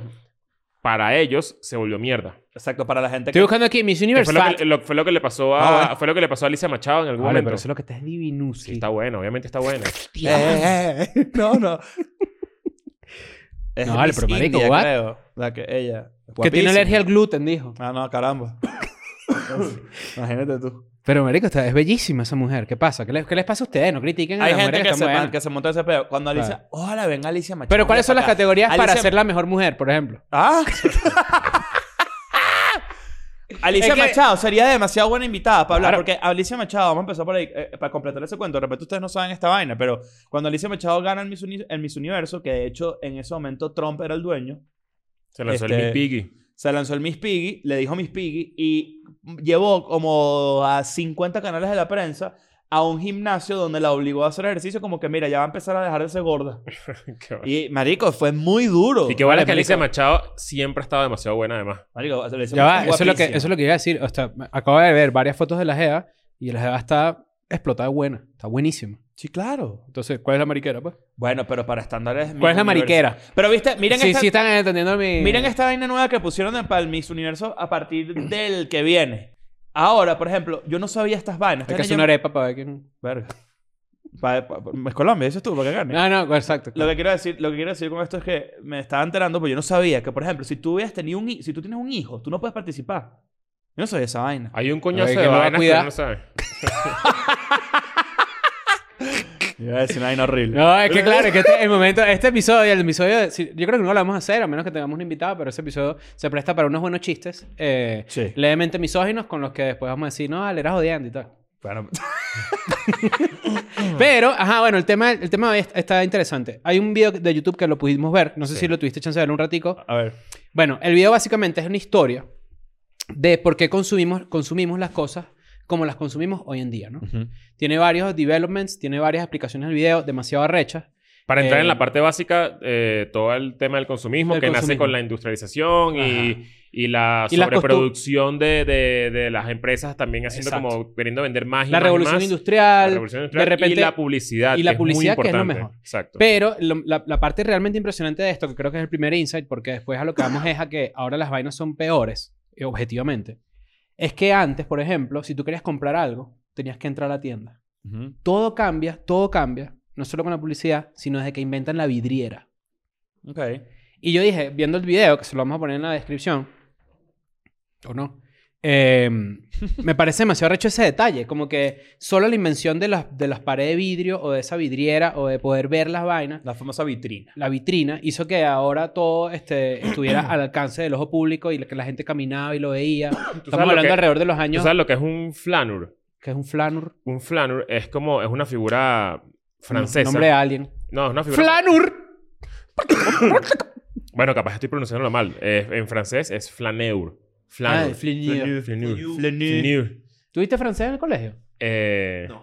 S4: Para ellos se volvió mierda.
S1: Exacto, para la gente
S2: Estoy
S1: que...
S2: buscando aquí Miss
S4: Que Fue
S2: Universe.
S4: lo
S2: Fat.
S4: que, lo- fue lo que le pasó a
S1: Ah, bueno.
S4: fue lo que le pasó a Alicia Machado en algún
S2: Vale,
S4: momento.
S2: pero eso es lo que te es
S4: Sí,
S2: divinuski.
S4: está bueno, obviamente está bueno.
S1: Eh, eh, eh, No, no. Es
S2: No, vale,
S1: Miss
S2: pero marico,
S1: India,
S2: what?
S1: creo. La que ella.
S2: que tiene
S1: Guapísima.
S2: alergia al gluten, dijo.
S1: Ah, no, caramba. Imagínate tú.
S2: Pero, marico, está, es bellísima esa mujer. ¿Qué pasa? ¿Qué les, qué les pasa a ustedes? No critiquen a
S1: Hay
S2: las
S1: gente
S2: mujeres
S1: que se,
S2: están buenas.
S1: que se montó ese pedo. Cuando Alicia...
S2: Claro.
S1: Ojalá venga Alicia Machado.
S2: Pero, ¿cuáles son las
S1: para acá.
S2: categorías para
S1: Alicia-
S2: ser la mejor mujer, por ejemplo?
S1: Ah. Alicia
S2: Es que-
S1: Machado sería demasiado buena invitada para hablar,
S4: Claro.
S1: porque Alicia Machado, vamos a empezar por ahí, eh, para completar ese cuento, de repente ustedes no saben esta vaina, pero cuando Alicia Machado gana el Miss, Uni- el Miss Universo, que de hecho en ese momento Trump era el dueño,
S4: Se lanzó
S1: Este-
S4: el Miss Piggy.
S1: se lanzó el Miss Piggy, le dijo Miss Piggy y llevó como a 50 canales de la prensa a un gimnasio donde la obligó a hacer ejercicio como que mira, ya va a empezar a dejar de ser gorda.
S4: Qué bolas.
S1: Y marico, fue muy duro.
S4: Y qué bolas
S2: Vale,
S4: que Alicia
S2: marico.
S4: Machado siempre ha estado demasiado buena además.
S1: Marico, Alicia
S2: Ya va,
S1: Machado
S2: eso es, lo que,
S1: guapísima.
S2: eso es lo que iba a decir. O sea, me- acabo de ver varias fotos de la GEA y la GEA está explotada buena. Está buenísima.
S1: Sí, claro.
S2: Entonces, ¿cuál es la mariquera, pues?
S1: Bueno, pero para estándares.
S2: ¿Cuál es la
S1: Miss Universo.
S2: mariquera?
S1: Pero viste, miren,
S2: Sí,
S1: esta,
S2: sí están entendiendo mi...
S1: miren esta vaina nueva que pusieron de- para el Miss Universo a partir del que viene. Ahora, por ejemplo, yo no sabía estas vainas.
S2: Hay que
S1: Estas
S2: hacer una
S1: niñas-
S2: arepa Ah. para ver quién...
S1: Verga. Pa- pa- pa- es Colombia, dices tú, para que gane.
S2: No, no, exacto.
S1: Lo que, quiero decir, lo que quiero decir con esto es que me estaba enterando, pero yo no sabía que, por ejemplo, si tú hubieras tenido un hi- si tú tienes un hijo, tú no puedes participar. Yo no sabía esa vaina.
S4: Hay un coñazo
S2: Ay,
S4: de
S2: que lo va a
S4: vainas que
S2: cuidar.
S4: uno no sabe.
S1: Yo iba a decir una vaina horrible.
S2: No, es que claro, es que este, el momento, este episodio, el episodio, sí, yo creo que no lo vamos a hacer, a menos que tengamos un invitado, pero ese episodio se presta para unos buenos chistes, eh,
S1: Sí.
S2: levemente misóginos, con los que después vamos a decir, no, le eras odiando y tal.
S1: Bueno,
S2: Pero, ajá, bueno, el tema, el tema es- está interesante. Hay un video de YouTube que lo pudimos ver, no sé si lo tuviste chance de ver un ratico.
S1: a ver.
S2: Bueno, el video básicamente es una historia de por qué consumimos, consumimos las cosas como las consumimos hoy en día, ¿no? Tiene varios developments, tiene varias explicaciones del video, demasiado arrechas.
S4: Para entrar
S2: Eh,
S4: en la parte básica, eh, todo el tema del consumismo
S2: Del
S4: que nace
S2: consumismo.
S4: con la industrialización
S2: Ajá.
S4: y, y la
S2: Y las costu-
S4: sobreproducción de, de- de las empresas también haciendo
S2: Exacto.
S4: como queriendo vender más y
S2: La
S4: más y
S2: revolución
S4: más.
S2: industrial.
S4: La revolución industrial
S2: de repente,
S4: y la publicidad.
S2: y la
S4: que es muy
S2: publicidad, que es lo
S4: importante.
S2: mejor.
S4: Exacto.
S2: Pero lo- la, la parte realmente impresionante de esto, que creo que es el primer insight, porque después a lo que vamos es a que ahora las vainas son peores, eh, objetivamente. Es que antes, por ejemplo, si tú querías comprar algo, tenías que entrar a la tienda. Todo cambia, todo cambia, no solo con la publicidad, sino desde que inventan la vidriera.
S1: Ok.
S2: Y yo dije, viendo el video, que se lo vamos a poner en la descripción, o no, eh, me parece demasiado recho ese detalle, como que solo la invención de las, de las paredes de vidrio o de esa vidriera o de poder ver las vainas
S1: La famosa vitrina.
S2: la vitrina hizo que ahora todo este, estuviera al alcance del ojo público y la- que la gente caminaba y lo veía. Estamos
S4: sabes lo
S2: hablando
S4: que-
S2: alrededor de los
S4: ¿Tú
S2: años
S4: sabes lo que es un flanur?
S2: que es un flanur.
S4: Un flanur es como... Es una figura francesa.
S2: Nombre de alguien.
S4: No, es una figura...
S2: ¡Flanur!
S4: Bueno, capaz estoy pronunciándolo mal. Eh, en francés es flaneur. Flaneur.
S2: Ah, Flaneur.
S4: Flaneur. Flaneur.
S1: Flaneur.
S4: Flaneur.
S2: ¿Tuviste francés en el colegio?
S4: Eh,
S3: No.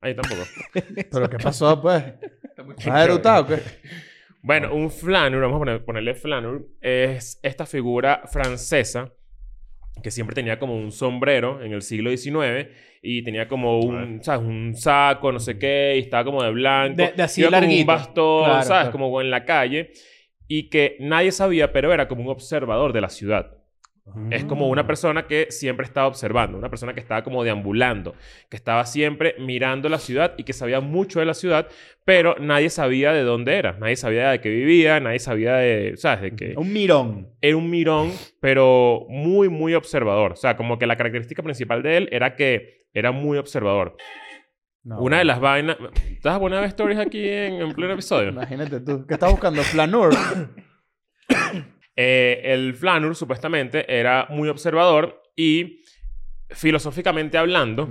S4: Ahí tampoco.
S1: ¿Pero qué pasó, pues?
S3: Está muy
S1: ¿Has eructado o qué?
S4: Bueno, un flaneur, vamos a poner- ponerle flaneur, es esta figura francesa que siempre tenía como un sombrero en el siglo XIX y tenía como un, ¿sabes? un saco, no sé qué, y estaba como de blanco.
S2: De- de así
S4: Iba como un
S2: larguito.
S4: bastón,
S2: Claro,
S4: ¿sabes?
S2: claro.
S4: Como en la calle. Y que nadie sabía, pero era como un observador de la ciudad. Es
S1: Mm.
S4: como una persona que siempre estaba observando, una persona que estaba como deambulando, que estaba siempre mirando la ciudad y que sabía mucho de la ciudad, pero nadie sabía de dónde era, nadie sabía de qué vivía, nadie sabía de, ¿sabes? De que
S1: Un mirón.
S4: era un mirón, pero muy, muy observador. O sea, como que la característica principal de él era que era muy observador.
S1: No,
S4: una de las vainas... ¿Estás a poner stories aquí en, en pleno episodio?
S1: Imagínate tú. ¿Qué estás buscando? Flanur.
S4: Eh, el Flanur supuestamente era muy observador y filosóficamente hablando,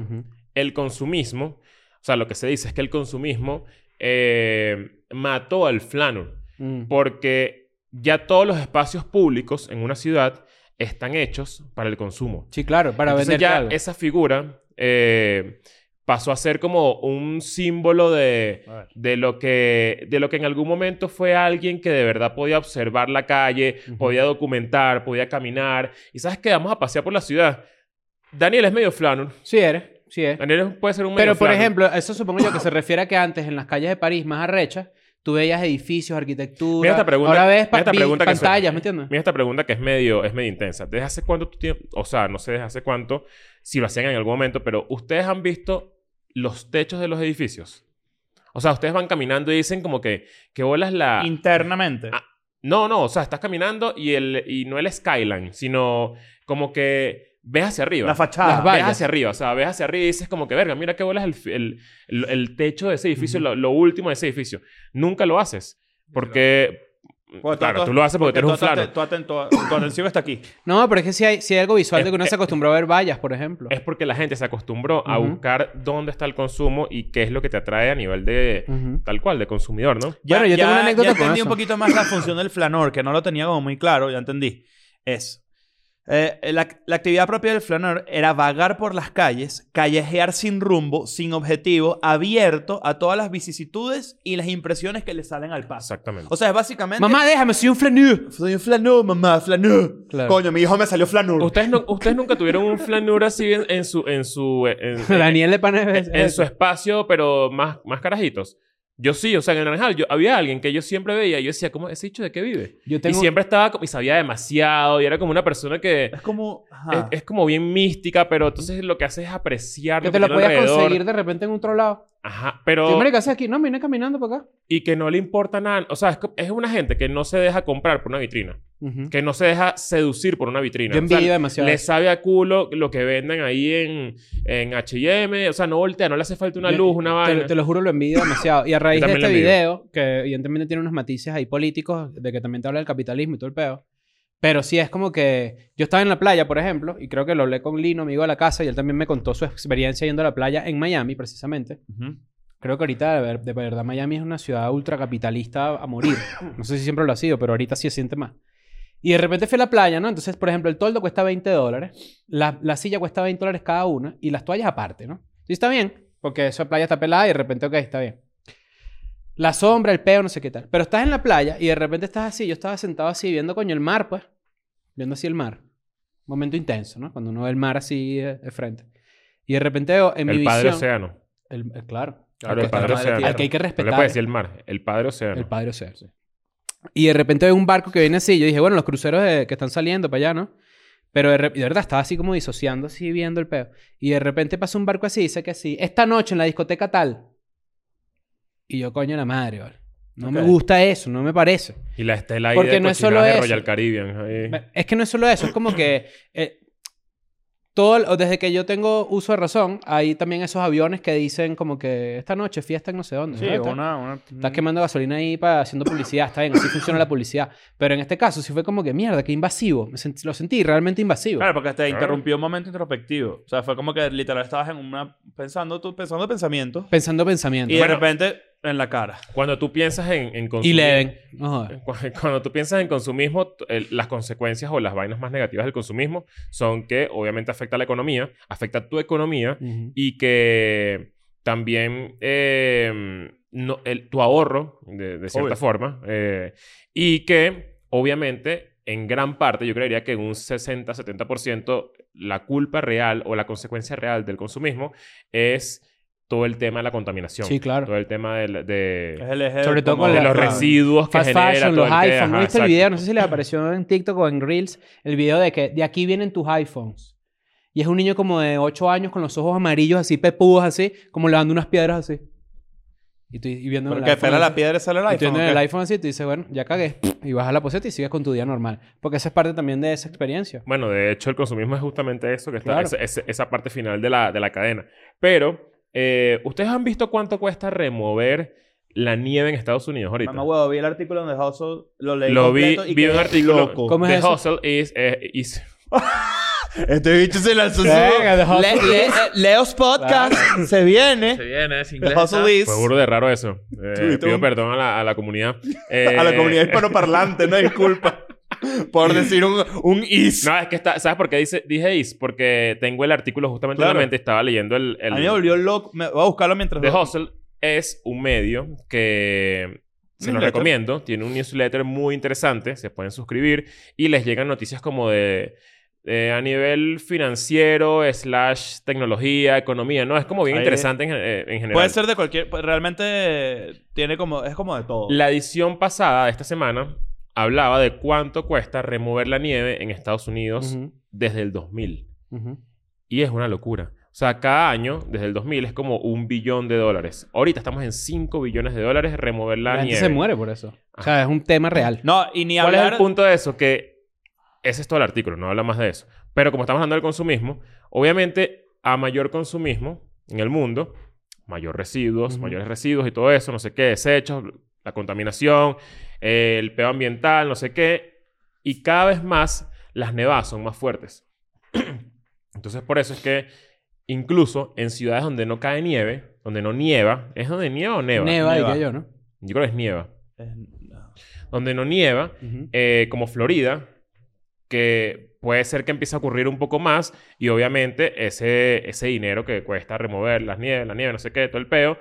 S4: el consumismo, o sea, lo que se dice es que el consumismo eh, mató al Flanur,
S2: Mm.
S4: porque ya todos los espacios públicos en una ciudad están hechos para el consumo.
S2: Sí, claro, para
S4: Entonces
S2: vender
S4: ya
S2: algo.
S4: esa figura eh, pasó a ser como un símbolo de, de lo que de lo que en algún momento fue alguien que de verdad podía observar la calle,
S2: Ujú.
S4: podía documentar, podía caminar. Y sabes que vamos a pasear por la ciudad. Daniel es medio flanur.
S2: Sí eres, sí es.
S4: Daniel es- puede ser un medio
S2: Pero, por
S4: flanur.
S2: ejemplo, eso supongo yo que se refiere a que antes en las calles de París más arrechas, tú veías edificios, arquitectura.
S4: Mira esta pregunta-
S2: Ahora ves
S4: mira esta
S2: vi-
S4: pregunta que suena.
S2: pantallas, ¿me entiendes?
S4: Mira esta pregunta que es medio, es medio intensa. ¿Desde hace cuánto tú tienes- O sea, no sé desde hace cuánto, si lo hacían en algún momento, pero ¿ustedes han visto los techos de los edificios? O sea, ustedes van caminando y dicen como que... Que bolas la...
S1: Internamente.
S4: Ah. No, no. O sea, estás caminando y, el, y no el skyline, sino como que ves hacia arriba.
S1: La
S2: Las
S1: fachada.
S2: va-
S4: ves
S2: vallas.
S4: hacia arriba, o sea, ves hacia arriba y dices como que, verga, mira qué bolas el, fi- el, el- el techo de ese edificio, lo, lo último de ese edificio. Nunca lo haces. Porque...
S1: Porque
S4: claro, tú lo haces porque, tú eres un
S1: tu-
S4: flano.
S1: tu- tu- tu- tu atención está aquí.
S2: No, pero es que si hay, si hay algo visual
S4: Es-
S2: de que uno se acostumbró a ver vallas, por ejemplo.
S4: Es porque la gente se acostumbró a
S2: Ujú.
S4: buscar dónde está el consumo y qué es lo que te atrae a nivel de
S2: Ujú.
S4: tal cual, de consumidor, ¿no?
S2: Bueno, yo tengo una anécdota
S1: ya
S2: con
S1: entendí
S2: eso.
S1: un poquito más la función del flanor, que no lo tenía como muy claro, ya entendí. Es. eh, la, la actividad propia del flanor era vagar por las calles, callejear sin rumbo, sin objetivo, abierto a todas las vicisitudes y las impresiones que le salen al paso.
S4: Exactamente.
S1: O sea, es básicamente.
S2: Mamá, déjame, soy un flanú.
S1: Soy un flanur, mamá, flanur.
S2: Claro.
S1: Coño, mi hijo me salió flanur.
S4: Ustedes, no- ustedes nunca tuvieron un flanur así en, en su en su en,
S2: Daniel de Panes es-
S4: en su espacio, pero más, más carajitos. Yo sí, o sea, en el Naranjal yo, había alguien que yo siempre veía y yo decía, ¿cómo ese dicho de qué vive?
S2: Yo tengo-
S4: Y siempre estaba como- y sabía demasiado y era como una persona que
S1: Es como.
S4: es,
S1: ajá.
S4: es como bien mística, pero entonces lo que hace es apreciar
S2: Que
S4: lo
S2: te
S4: que
S2: lo
S4: tiene
S2: podías
S4: alrededor.
S2: conseguir de repente en otro lado.
S4: Ajá,
S2: ¿Qué
S4: pero
S2: marica haces aquí? No, me vine caminando para acá.
S4: y que no le importa nada, o sea, es, co- es una gente que no se deja comprar por una vitrina,
S2: Ujú.
S4: que no se deja seducir por una vitrina.
S2: Yo
S4: O sea,
S2: envidio demasiado.
S4: Le sabe a culo lo que venden ahí en, en H&M. O sea, no voltea, no le hace falta una
S2: Yo-
S4: luz, una
S2: te-
S4: vaina.
S2: Te, lo juro, lo envidio demasiado. Y a raíz
S4: Yo
S2: de
S4: también
S2: este
S4: lo envidio.
S2: video, que evidentemente tiene unos matices ahí políticos, de que también te habla del capitalismo y todo el peo. Pero sí es como que yo estaba en la playa, por ejemplo, y creo que lo hablé con Lino, amigo de la casa, y él también me contó su experiencia yendo a la playa en Miami, precisamente.
S1: Ujú.
S2: Creo que ahorita, de, ver- de verdad, Miami es una ciudad ultracapitalista a morir. No sé si siempre lo ha sido, pero ahorita sí se siente más. Y de repente fui a la playa, ¿no? Entonces, por ejemplo, el toldo cuesta 20 dólares, la, la silla cuesta 20 dólares cada una y las toallas aparte, ¿no? Y está bien, porque esa playa está pelada y de repente, ok, está bien. La sombra, el peo, no sé qué tal. Pero estás en la playa y de repente estás así. Yo estaba sentado así viendo, coño, el mar, pues. Viendo así el mar. Momento intenso, ¿no? Cuando uno ve el mar así eh, de frente. Y de repente veo en mi
S4: el padre
S2: visión...
S4: océano.
S2: El, eh, claro.
S4: Claro,
S2: Al
S4: el
S2: que-
S4: padre
S2: al-
S4: océano.
S2: Al que hay que
S4: No
S2: respetar.
S4: le puedes decir el mar. El padre océano.
S2: El padre Océano. Y de repente veo un barco que viene así. Yo dije, bueno, los cruceros de- que están saliendo para allá, ¿no? Pero de, re- de verdad estaba así como disociando, así viendo el peo. Y de repente pasa un barco así y dice que así, esta noche en la discoteca tal. Y yo, coño, la madre, vale. No me
S1: Ok.
S2: gusta eso, no me parece.
S4: Y la estela ahí
S2: Porque
S4: de
S2: no es
S4: cochinadas
S2: solo
S4: de
S2: eso.
S4: Royal Caribbean. ahí.
S2: Es que no es solo eso, es como que eh, todo, el- desde que yo tengo uso de razón, hay también esos aviones que dicen como que esta noche fiesta en no sé dónde.
S1: Sí,
S2: ¿no? Está-
S1: una. mm, una
S2: Estás
S4: Mm.
S2: quemando gasolina ahí para haciendo publicidad, está bien, así funciona la publicidad. Pero en este caso sí fue como que mierda, qué invasivo. Me sent- lo sentí realmente invasivo.
S1: Claro, porque te
S4: Claro.
S1: interrumpió un momento introspectivo. O sea, fue como que literal estabas en una pensando tú pensando pensamientos
S2: Pensando pensamiento.
S1: y de
S4: Bueno,
S1: repente en la cara.
S4: Cuando tú piensas en, en
S2: Y
S4: consumir... Eh.
S2: Leven. No jodas.
S4: Cu- Cuando tú piensas en consumismo, t- el- las consecuencias o las vainas más negativas del consumismo son que obviamente afecta a la economía, afecta tu economía
S2: Ujú.
S4: y que también eh, no- el- tu ahorro, de, de cierta
S1: Obvio.
S4: forma, eh, y que obviamente en gran parte, yo creería que en un 60-70% la culpa real o la consecuencia real del consumismo es todo el tema de la contaminación.
S2: Sí, claro.
S4: Todo el tema de... la- de-
S1: Es el eje
S2: Sobre todo
S1: como
S2: con la-
S4: de los
S1: claro.
S4: residuos que
S2: Fast
S4: genera
S2: fashion, los
S4: todo el que-
S2: iPhones.
S4: ajá,
S2: ¿No viste el
S4: exacto.
S2: video? No sé si les apareció en TikTok o en Reels el video de que de aquí vienen tus iPhones. Y es un niño como de 8 años con los ojos amarillos, así pepudos, así, como levando unas piedras así. Y, tú, y viendo el
S1: Porque
S2: iPhone
S1: fuera la
S2: así.
S1: piedra y sale el
S2: Y tú
S1: iPhone.
S2: viendo
S1: ¿o
S2: el
S1: qué?
S2: iPhone así, tú dices, bueno, ya cagué. Y bajas la poseta y sigues con tu día normal. Porque esa es parte también de esa experiencia.
S4: Bueno, de hecho, el consumismo es justamente eso, que está
S2: Claro.
S4: esa, esa- esa parte final de la, de la cadena. Pero, eh, ¿ustedes han visto cuánto cuesta remover la nieve en Estados Unidos ahorita?
S1: Mamá huevo, vi el artículo donde Hustle lo leí
S4: Lo vi,
S1: completo y
S4: vi un
S1: quedé
S4: artículo.
S1: loco.
S2: ¿Cómo es
S4: The
S2: eso?
S4: Hustle is, eh, is-
S1: Este bicho se lanzó su...
S2: Venga, The Hustle.
S1: Le- le- eh, Leo's Podcast se viene.
S3: Se viene, es inglés.
S1: The Hustle
S3: está-
S1: is...
S4: Fue burro de raro eso. Eh,
S1: Tuviste
S4: pido
S1: un-
S4: perdón a la, a la comunidad.
S1: A la
S4: Eh,
S1: comunidad hispanoparlante, no disculpa. Por decir un, un is.
S4: No, es que está, ¿sabes por qué dice, dije is? Porque tengo el artículo justamente en
S1: Claro.
S4: la mente. Estaba leyendo el... el
S1: A mí me volvió loco. Me- Voy a buscarlo mientras...
S4: The Hustle es un medio que se lo
S1: Newsletter.
S4: recomiendo. Tiene un newsletter muy interesante. Se pueden suscribir y les llegan noticias como de. eh, a nivel financiero, slash tecnología, economía, ¿no? Es como bien
S1: Ahí le-
S4: interesante en, gen- eh, en general.
S1: Puede ser de cualquier... pues, Realmente tiene como... Es como de todo.
S4: La edición pasada de esta semana hablaba de cuánto cuesta remover la nieve en Estados Unidos
S2: Ujú,
S4: desde el 2000.
S2: ujú.
S4: Y es una locura. O sea, cada año, desde el 2000, es como un billón de dólares. Ahorita estamos en 5 billones de dólares remover la,
S2: La gente
S4: nieve.
S2: se muere por eso. O sea, es un tema real.
S1: No, y ni
S4: ¿Cuál
S1: hablar...
S4: es el punto de eso? Que ese es todo el artículo, no habla más de eso. Pero como estamos hablando del consumismo, obviamente a mayor consumismo en el mundo, mayor residuos,
S2: Ujú.
S4: mayores residuos y todo eso, no sé qué, desechos, la contaminación, eh, el peor ambiental, no sé qué. Y cada vez más las nevadas son más fuertes. Entonces por eso es que incluso en ciudades donde no cae nieve, donde no nieva, ¿es donde nieva o neva?
S2: Neva,
S1: Neva.
S2: diría yo, ¿no?
S4: Yo creo que es nieva.
S1: Eh, no.
S4: Donde no nieva,
S2: Ujú.
S4: eh, como Florida, que puede ser que empiece a ocurrir un poco más y obviamente ese, ese dinero que cuesta remover las nieves, la nieve, no sé qué, todo el peo,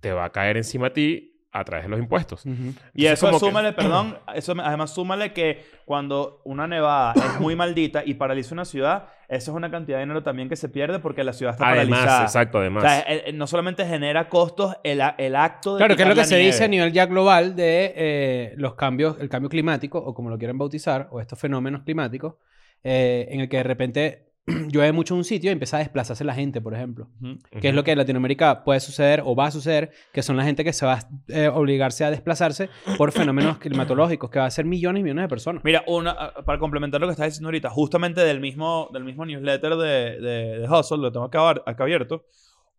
S4: te va a caer encima a ti a través de los impuestos.
S2: Ujú.
S4: Y es
S1: eso
S4: como que-
S1: súmale, perdón, eso me- además súmale que cuando una nevada es muy maldita y paraliza una ciudad, eso es una cantidad de dinero también que se pierde porque la ciudad está
S4: además,
S1: paralizada.
S4: exacto,
S1: O
S4: además.
S1: sea, eh, eh, no solamente genera costos el, a- el acto de
S2: Claro, que es lo
S1: quitar
S2: que
S1: la
S2: se
S1: nieve.
S2: dice a nivel ya global de eh, los cambios, el cambio climático, o como lo quieran bautizar, o estos fenómenos climáticos, eh, en el que de repente llueve mucho en un sitio y empieza a desplazarse la gente, por ejemplo.
S1: Ujú.
S2: Que es lo que en Latinoamérica puede suceder o va a suceder, que son la gente que se va a eh, obligarse a desplazarse por fenómenos climatológicos, que va a ser millones y millones de personas.
S1: Mira, una, ah, para complementar lo que estás diciendo ahorita, justamente del mismo, del mismo newsletter de, de, de Hustle, lo tengo acá, abar- acá abierto,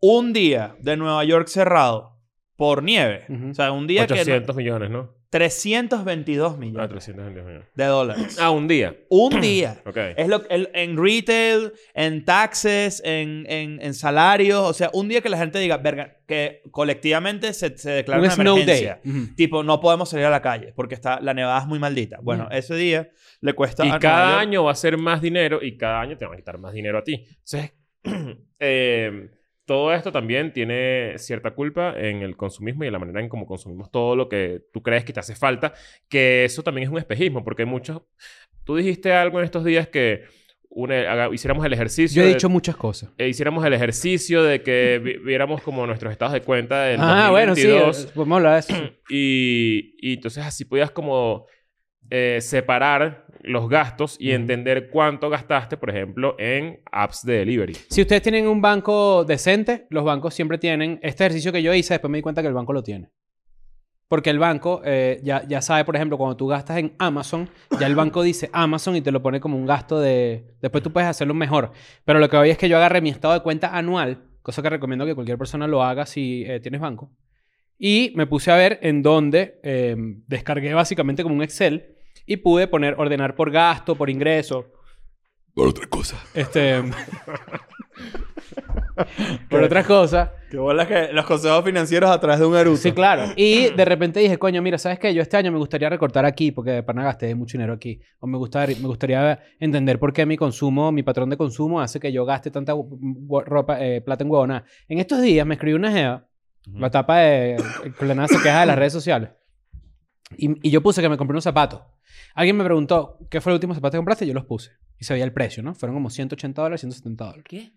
S1: un día de Nueva York cerrado por nieve,
S2: Ujú.
S1: o sea, un día que...
S4: 800 millones, ¿no?
S1: no- 322
S4: Ah,
S1: millones
S4: 300 millones.
S1: de dólares.
S4: Ah, un día.
S1: Un día.
S4: Ok.
S1: Es lo, el- en retail, en taxes, en, en, en salarios. O sea, un día que la gente diga, verga, que colectivamente se, se declara
S2: un
S1: una
S2: snow day.
S1: emergencia.
S2: Ujú.
S1: Tipo, no podemos salir a la calle porque está, la nevada es muy maldita. Bueno,
S2: Mm.
S1: ese día le cuesta...
S4: Y
S1: a Nueva
S4: cada
S1: York-
S4: año va a ser más dinero y cada año te van a quitar más dinero a ti. Entonces, eh, todo esto también tiene cierta culpa en el consumismo y en la manera en cómo consumimos todo lo que tú crees que te hace falta, que eso también es un espejismo, porque muchos... Tú dijiste algo en estos días que una- haga- hiciéramos el ejercicio...
S2: Yo he
S4: de-
S2: dicho muchas cosas.
S4: eh, hiciéramos el ejercicio de que vi- viéramos como nuestros estados de cuenta del
S2: Ah, bueno, sí,
S4: 2022
S2: eh, podemos hablar de eso.
S4: y, y entonces así podías como eh, separar los gastos y
S2: Ujú.
S4: entender cuánto gastaste, por ejemplo, en apps de delivery.
S2: Si ustedes tienen un banco decente, los bancos siempre tienen este ejercicio que yo hice, después me di cuenta que el banco lo tiene. Porque el banco eh, ya, ya sabe, por ejemplo, cuando tú gastas en Amazon, ya el banco dice Amazon y te lo pone como un gasto de... Después tú puedes hacerlo mejor. Pero lo que hoy es que yo agarré mi estado de cuenta anual, cosa que recomiendo que cualquier persona lo haga si eh, tienes banco. Y me puse a ver en dónde eh, descargué básicamente como un Excel y pude poner, ordenar por gasto, por ingreso. Por otra cosa. Este... por otras cosas.
S1: Que bolas que los consejos financieros a través de un eruto.
S2: Sí, claro. Y de repente dije, coño, mira, ¿sabes qué? Yo este año me gustaría recortar aquí porque de pana gasté mucho dinero aquí. O me gustaría, me gustaría entender por qué mi consumo, mi patrón de consumo hace que yo gaste tanta gu- gu- ropa, eh, plata en huevona. En estos días me escribió una jeva, la tapa de Clenada se queja de las redes sociales. Y, y yo puse que me compré unos zapatos. Alguien me preguntó, ¿qué fue el último zapato que compraste? Y yo los puse. Y se veía el precio, ¿no? Fueron como 180 dólares, 170 dólares.
S3: ¿Qué?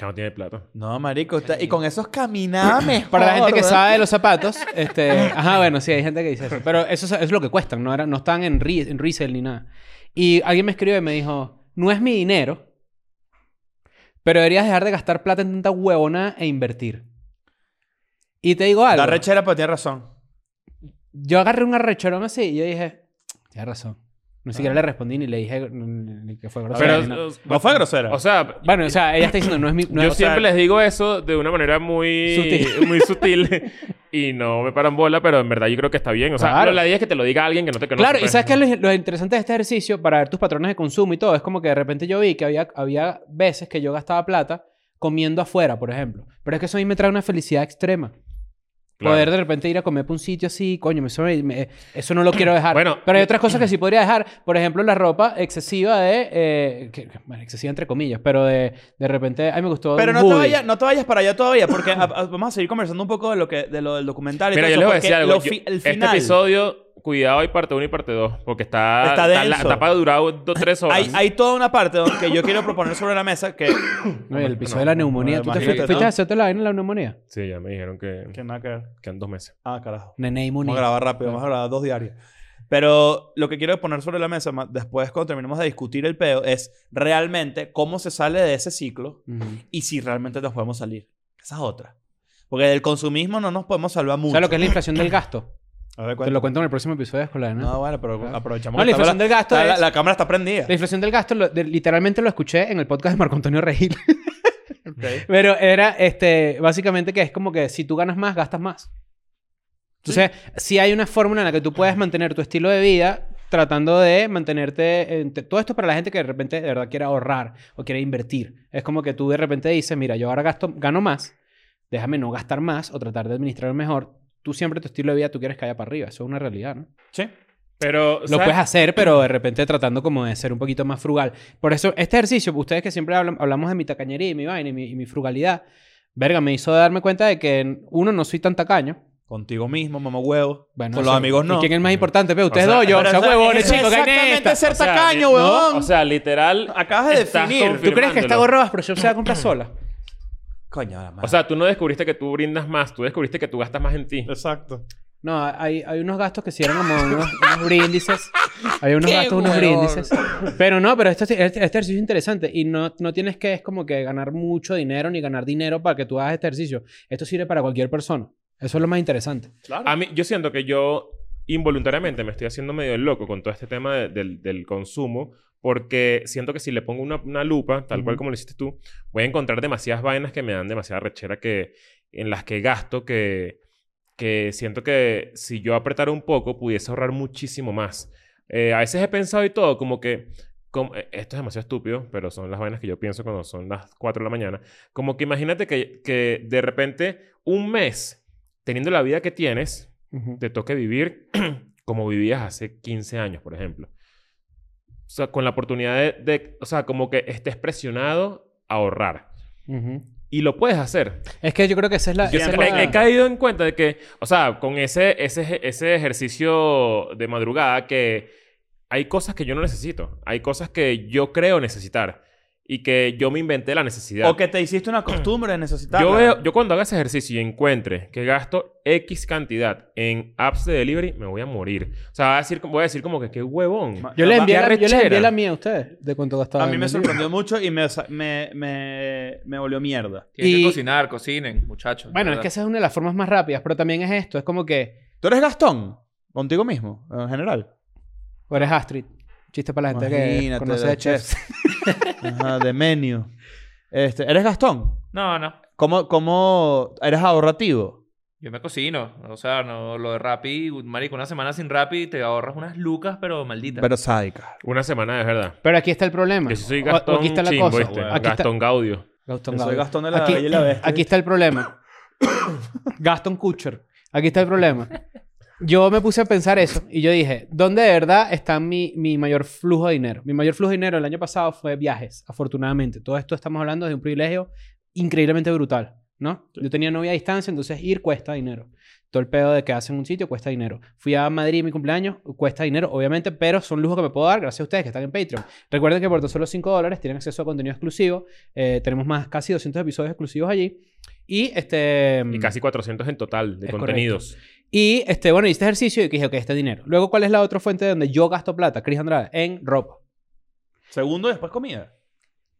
S4: no tiene plata.
S1: No, marico. usted- y con esos caminaba mejor.
S2: Para la gente que
S1: ¿verdad?
S2: sabe de los zapatos, este, ajá, bueno, sí, hay gente que dice eso. Pero eso es, es lo que cuestan, no, Era- no están en, re- en resale ni nada. Y alguien me escribió y me dijo, no es mi dinero, pero deberías dejar de gastar plata en tanta huevona e invertir. Y te digo algo,
S1: Da rechera, pero tiene razón.
S2: yo agarré un arrechorón así y yo dije, tienes razón. Ni siquiera le respondí ni le dije mm, ni que fue grosero.
S4: Pero,
S2: ni nada.
S4: o-
S1: No fue grosera.
S4: o sea,
S2: Bueno, o sea, ella está diciendo, no es mi... no es-
S4: eh, yo
S2: o sea,
S4: siempre les digo eso de una manera muy
S2: Sutil.
S4: sutil, muy sutil y no me paran bola, pero en verdad yo creo que está bien. O sea,
S2: Claro.
S4: lo- la idea es que te lo diga alguien que no te conoce.
S2: Claro, y
S4: pues.
S2: sabes que lo, lo interesante de este ejercicio para ver tus patrones de consumo y todo es como que de repente yo vi que había, había veces que yo gastaba plata comiendo afuera, por ejemplo. Pero es que eso a mí me trae una felicidad extrema.
S4: Claro.
S2: Poder de repente ir a comer para un sitio así, coño, eso, me- me- eso no lo quiero dejar.
S4: Bueno,
S2: Pero hay otras cosas que sí podría dejar. Por ejemplo, la ropa excesiva de. eh, que- que- bueno, excesiva entre comillas, pero de, de repente. Ay, me gustó.
S1: Pero
S2: un
S1: no te,
S2: hoodie.
S1: vayas, no te vayas para allá todavía, porque a- a- vamos a seguir conversando un poco de lo, que, de lo del documental. y
S4: Mira,
S1: todo
S4: yo
S1: eso,
S4: les voy a
S1: porque
S4: decir algo.
S1: lo fi-
S4: Yo-
S1: el final.
S4: Este episodio, cuidado, hay parte 1 y parte 2, porque está,
S1: Está
S4: la
S1: denso.
S4: etapa durado dos, tres horas.
S1: hay, hay toda una parte donde- que yo quiero proponer sobre la mesa que.
S2: No, y el episodio de la neumonía.
S1: no,
S2: ¿Tú te fuiste,
S1: imagínate,
S2: fuiste
S1: ¿no?
S2: a hacerte la vaina de la neumonía?
S4: Sí, ya me dijeron que
S1: que nada que ver.
S4: quedan dos meses.
S1: Ah, carajo. Vamos a
S2: Neumonía.
S1: grabar rápido, vamos a grabar dos diarias. Pero lo que quiero poner sobre la mesa, ma- después cuando terminemos de discutir el peo, es realmente cómo se sale de ese ciclo
S2: Ujú.
S1: y si realmente nos podemos salir. Esa es otra. Porque del consumismo no nos podemos salvar
S2: O
S1: mucho.
S2: sea, lo que es la inflación del gasto.
S1: A ver,
S2: Te
S1: cuéntame.
S2: lo cuento en el próximo episodio de Escolar, ¿no?
S1: No, bueno, pero
S2: Claro.
S1: aprovechamos.
S2: No,
S1: que
S2: la
S1: está
S2: inflación del gasto
S1: la, la-
S2: es-
S1: la cámara está prendida.
S2: La inflación del gasto, lo- de- literalmente lo escuché en el podcast de Marco Antonio Regil.
S1: Ok.
S2: Pero era, este, básicamente que es como que si tú ganas más, gastas más. Entonces, si hay una fórmula en la que tú puedes mantener tu estilo de vida tratando de mantenerte... en- te- todo esto es para la gente que de repente de verdad quiere ahorrar o quiere invertir. Es como que tú de repente dices, mira, yo ahora gasto, gano más, déjame no gastar más o tratar de administrar mejor. Tú siempre tu estilo de vida tú quieres que haya para arriba. Eso es una realidad, ¿no?
S1: Sí.
S4: Pero,
S2: Lo
S4: ¿sabes?
S2: puedes hacer, pero de repente tratando como de ser un poquito más frugal. Por eso, este ejercicio, ustedes que siempre hablan, hablamos de mi tacañería y mi vaina y mi, y mi frugalidad, verga, me hizo darme cuenta de que, uno, no soy tan tacaño.
S1: Contigo mismo, mamá huevo.
S2: Bueno,
S1: Con
S2: eso-
S1: los amigos no.
S2: ¿Y quién es el más importante? Ve, ustedes
S4: sea,
S2: dos, yo, o
S1: Pero
S2: sea,
S1: eso-
S2: huevones,
S1: eso es
S2: chicos, ¿qué neta?
S1: Exactamente ser
S4: O sea,
S1: tacaño,
S4: ¿no?
S1: huevón.
S4: O sea, literal.
S1: Acabas de
S4: estás
S1: definir.
S2: ¿Tú crees que esta
S4: confirmándolo.
S2: gorra Vasproshow se va a comprar sola?
S1: Coño, la madre.
S4: O sea, tú no descubriste que tú brindas más, tú descubriste que tú gastas más en ti.
S1: exacto.
S2: No, hay, hay unos gastos que sí eran como unos, unos bríndices. Hay unos
S3: ¡Qué
S2: gastos, unos
S3: huevón!
S2: bríndices. Pero no, pero esto, este, este ejercicio es interesante. Y no, no tienes que, es como que ganar mucho dinero ni ganar dinero para que tú hagas este ejercicio. Esto sirve para cualquier persona. Eso es lo más interesante.
S4: A mí, yo siento que yo involuntariamente me estoy haciendo medio loco con todo este tema de- del, del consumo, porque siento que si le pongo una, una lupa, tal cual
S2: Ujú.
S4: como lo hiciste tú, voy a encontrar demasiadas vainas que me dan demasiada rechera que, en las que gasto, que, que siento que si yo apretara un poco pudiese ahorrar muchísimo más. Eh, a veces he pensado y todo, como que... como- eh, esto es demasiado estúpido, pero son las vainas que yo pienso cuando son las 4 de la mañana. Como que imagínate que, que de repente un mes teniendo la vida que tienes, te toque vivir como vivías hace 15 años, por ejemplo. O sea, con la oportunidad de, de- o sea, como que estés presionado a ahorrar.
S2: Ujú.
S4: Y lo puedes hacer.
S2: Es que yo creo que esa es la...
S4: Yo
S2: esa es
S1: pues,
S4: he-
S2: la-
S4: he, caído en cuenta de que, o sea, con ese, ese, ej- ese ejercicio de madrugada que hay cosas que yo no necesito. Hay cosas que yo creo necesitar. Y que yo me inventé la necesidad.
S1: O que te hiciste una costumbre de necesitar.
S4: Yo, veo, yo cuando haga ese ejercicio y encuentre que gasto X cantidad en apps de delivery, me voy a morir. O sea, voy a decir, voy a decir como que qué huevón.
S1: Ma-
S2: Yo le
S1: Qué
S2: envié, la, yo les envié
S4: arrechera.
S2: la mía a ustedes de cuánto gastaba.
S1: A mí
S2: en
S1: me
S2: el día.
S1: sorprendió mucho y me, sa- me, me, me volvió mierda.
S3: Tienen
S2: Y-
S3: que cocinar, cocinen, muchachos.
S2: Bueno, es
S3: ¿verdad?
S2: que esa es una de las formas más rápidas, pero también es esto. Es como que...
S1: ¿Tú eres Gastón? Contigo mismo, en general.
S2: O eres Astrid. Chiste para la gente que
S1: Imagínate,
S2: conoce
S1: de
S2: de chefs.
S1: Ajá, de menú. Este, ¿Eres Gastón?
S3: No, no.
S1: ¿Cómo, cómo eres ahorrativo?
S3: Yo me cocino. O sea, no, lo de Rappi, marico, una semana sin Rappi te ahorras unas lucas, pero malditas.
S1: Pero sádica.
S4: Una semana de verdad.
S2: Pero aquí está el problema.
S4: Yo sí soy
S2: O- o
S4: Gastón
S2: aquí está la
S4: Chimbo,
S2: cosa.
S4: ¿viste?
S2: Aquí está-
S4: Gastón Gaudio.
S2: Gastón
S1: Yo soy
S2: Gabriel.
S1: Gastón de Este. la
S2: aquí,
S1: Bella y la Bestia.
S2: aquí está el problema. Gaston Kutcher. Aquí está el problema. Yo me puse a pensar eso y yo dije, ¿dónde de verdad está mi, mi mayor flujo de dinero? Mi mayor flujo de dinero el año pasado fue viajes, afortunadamente. Todo esto estamos hablando de un privilegio increíblemente brutal, ¿no? Yo tenía novia a distancia, entonces ir cuesta dinero. Todo el pedo de que hacen un sitio cuesta dinero. Fui a Madrid mi cumpleaños, cuesta dinero, obviamente, pero son lujos que me puedo dar gracias a ustedes que están en Patreon. Recuerden que por tan solo 5 dólares tienen acceso a contenido exclusivo. Eh, tenemos más casi 200 episodios exclusivos allí. Y este...
S4: Y casi 400 en total de
S2: Es
S4: contenidos.
S2: Y este, bueno, hice este ejercicio y dije, ok, este dinero. Luego, ¿cuál es la otra fuente donde yo gasto plata? Cris Andrade, en ropa.
S1: Segundo y después comida.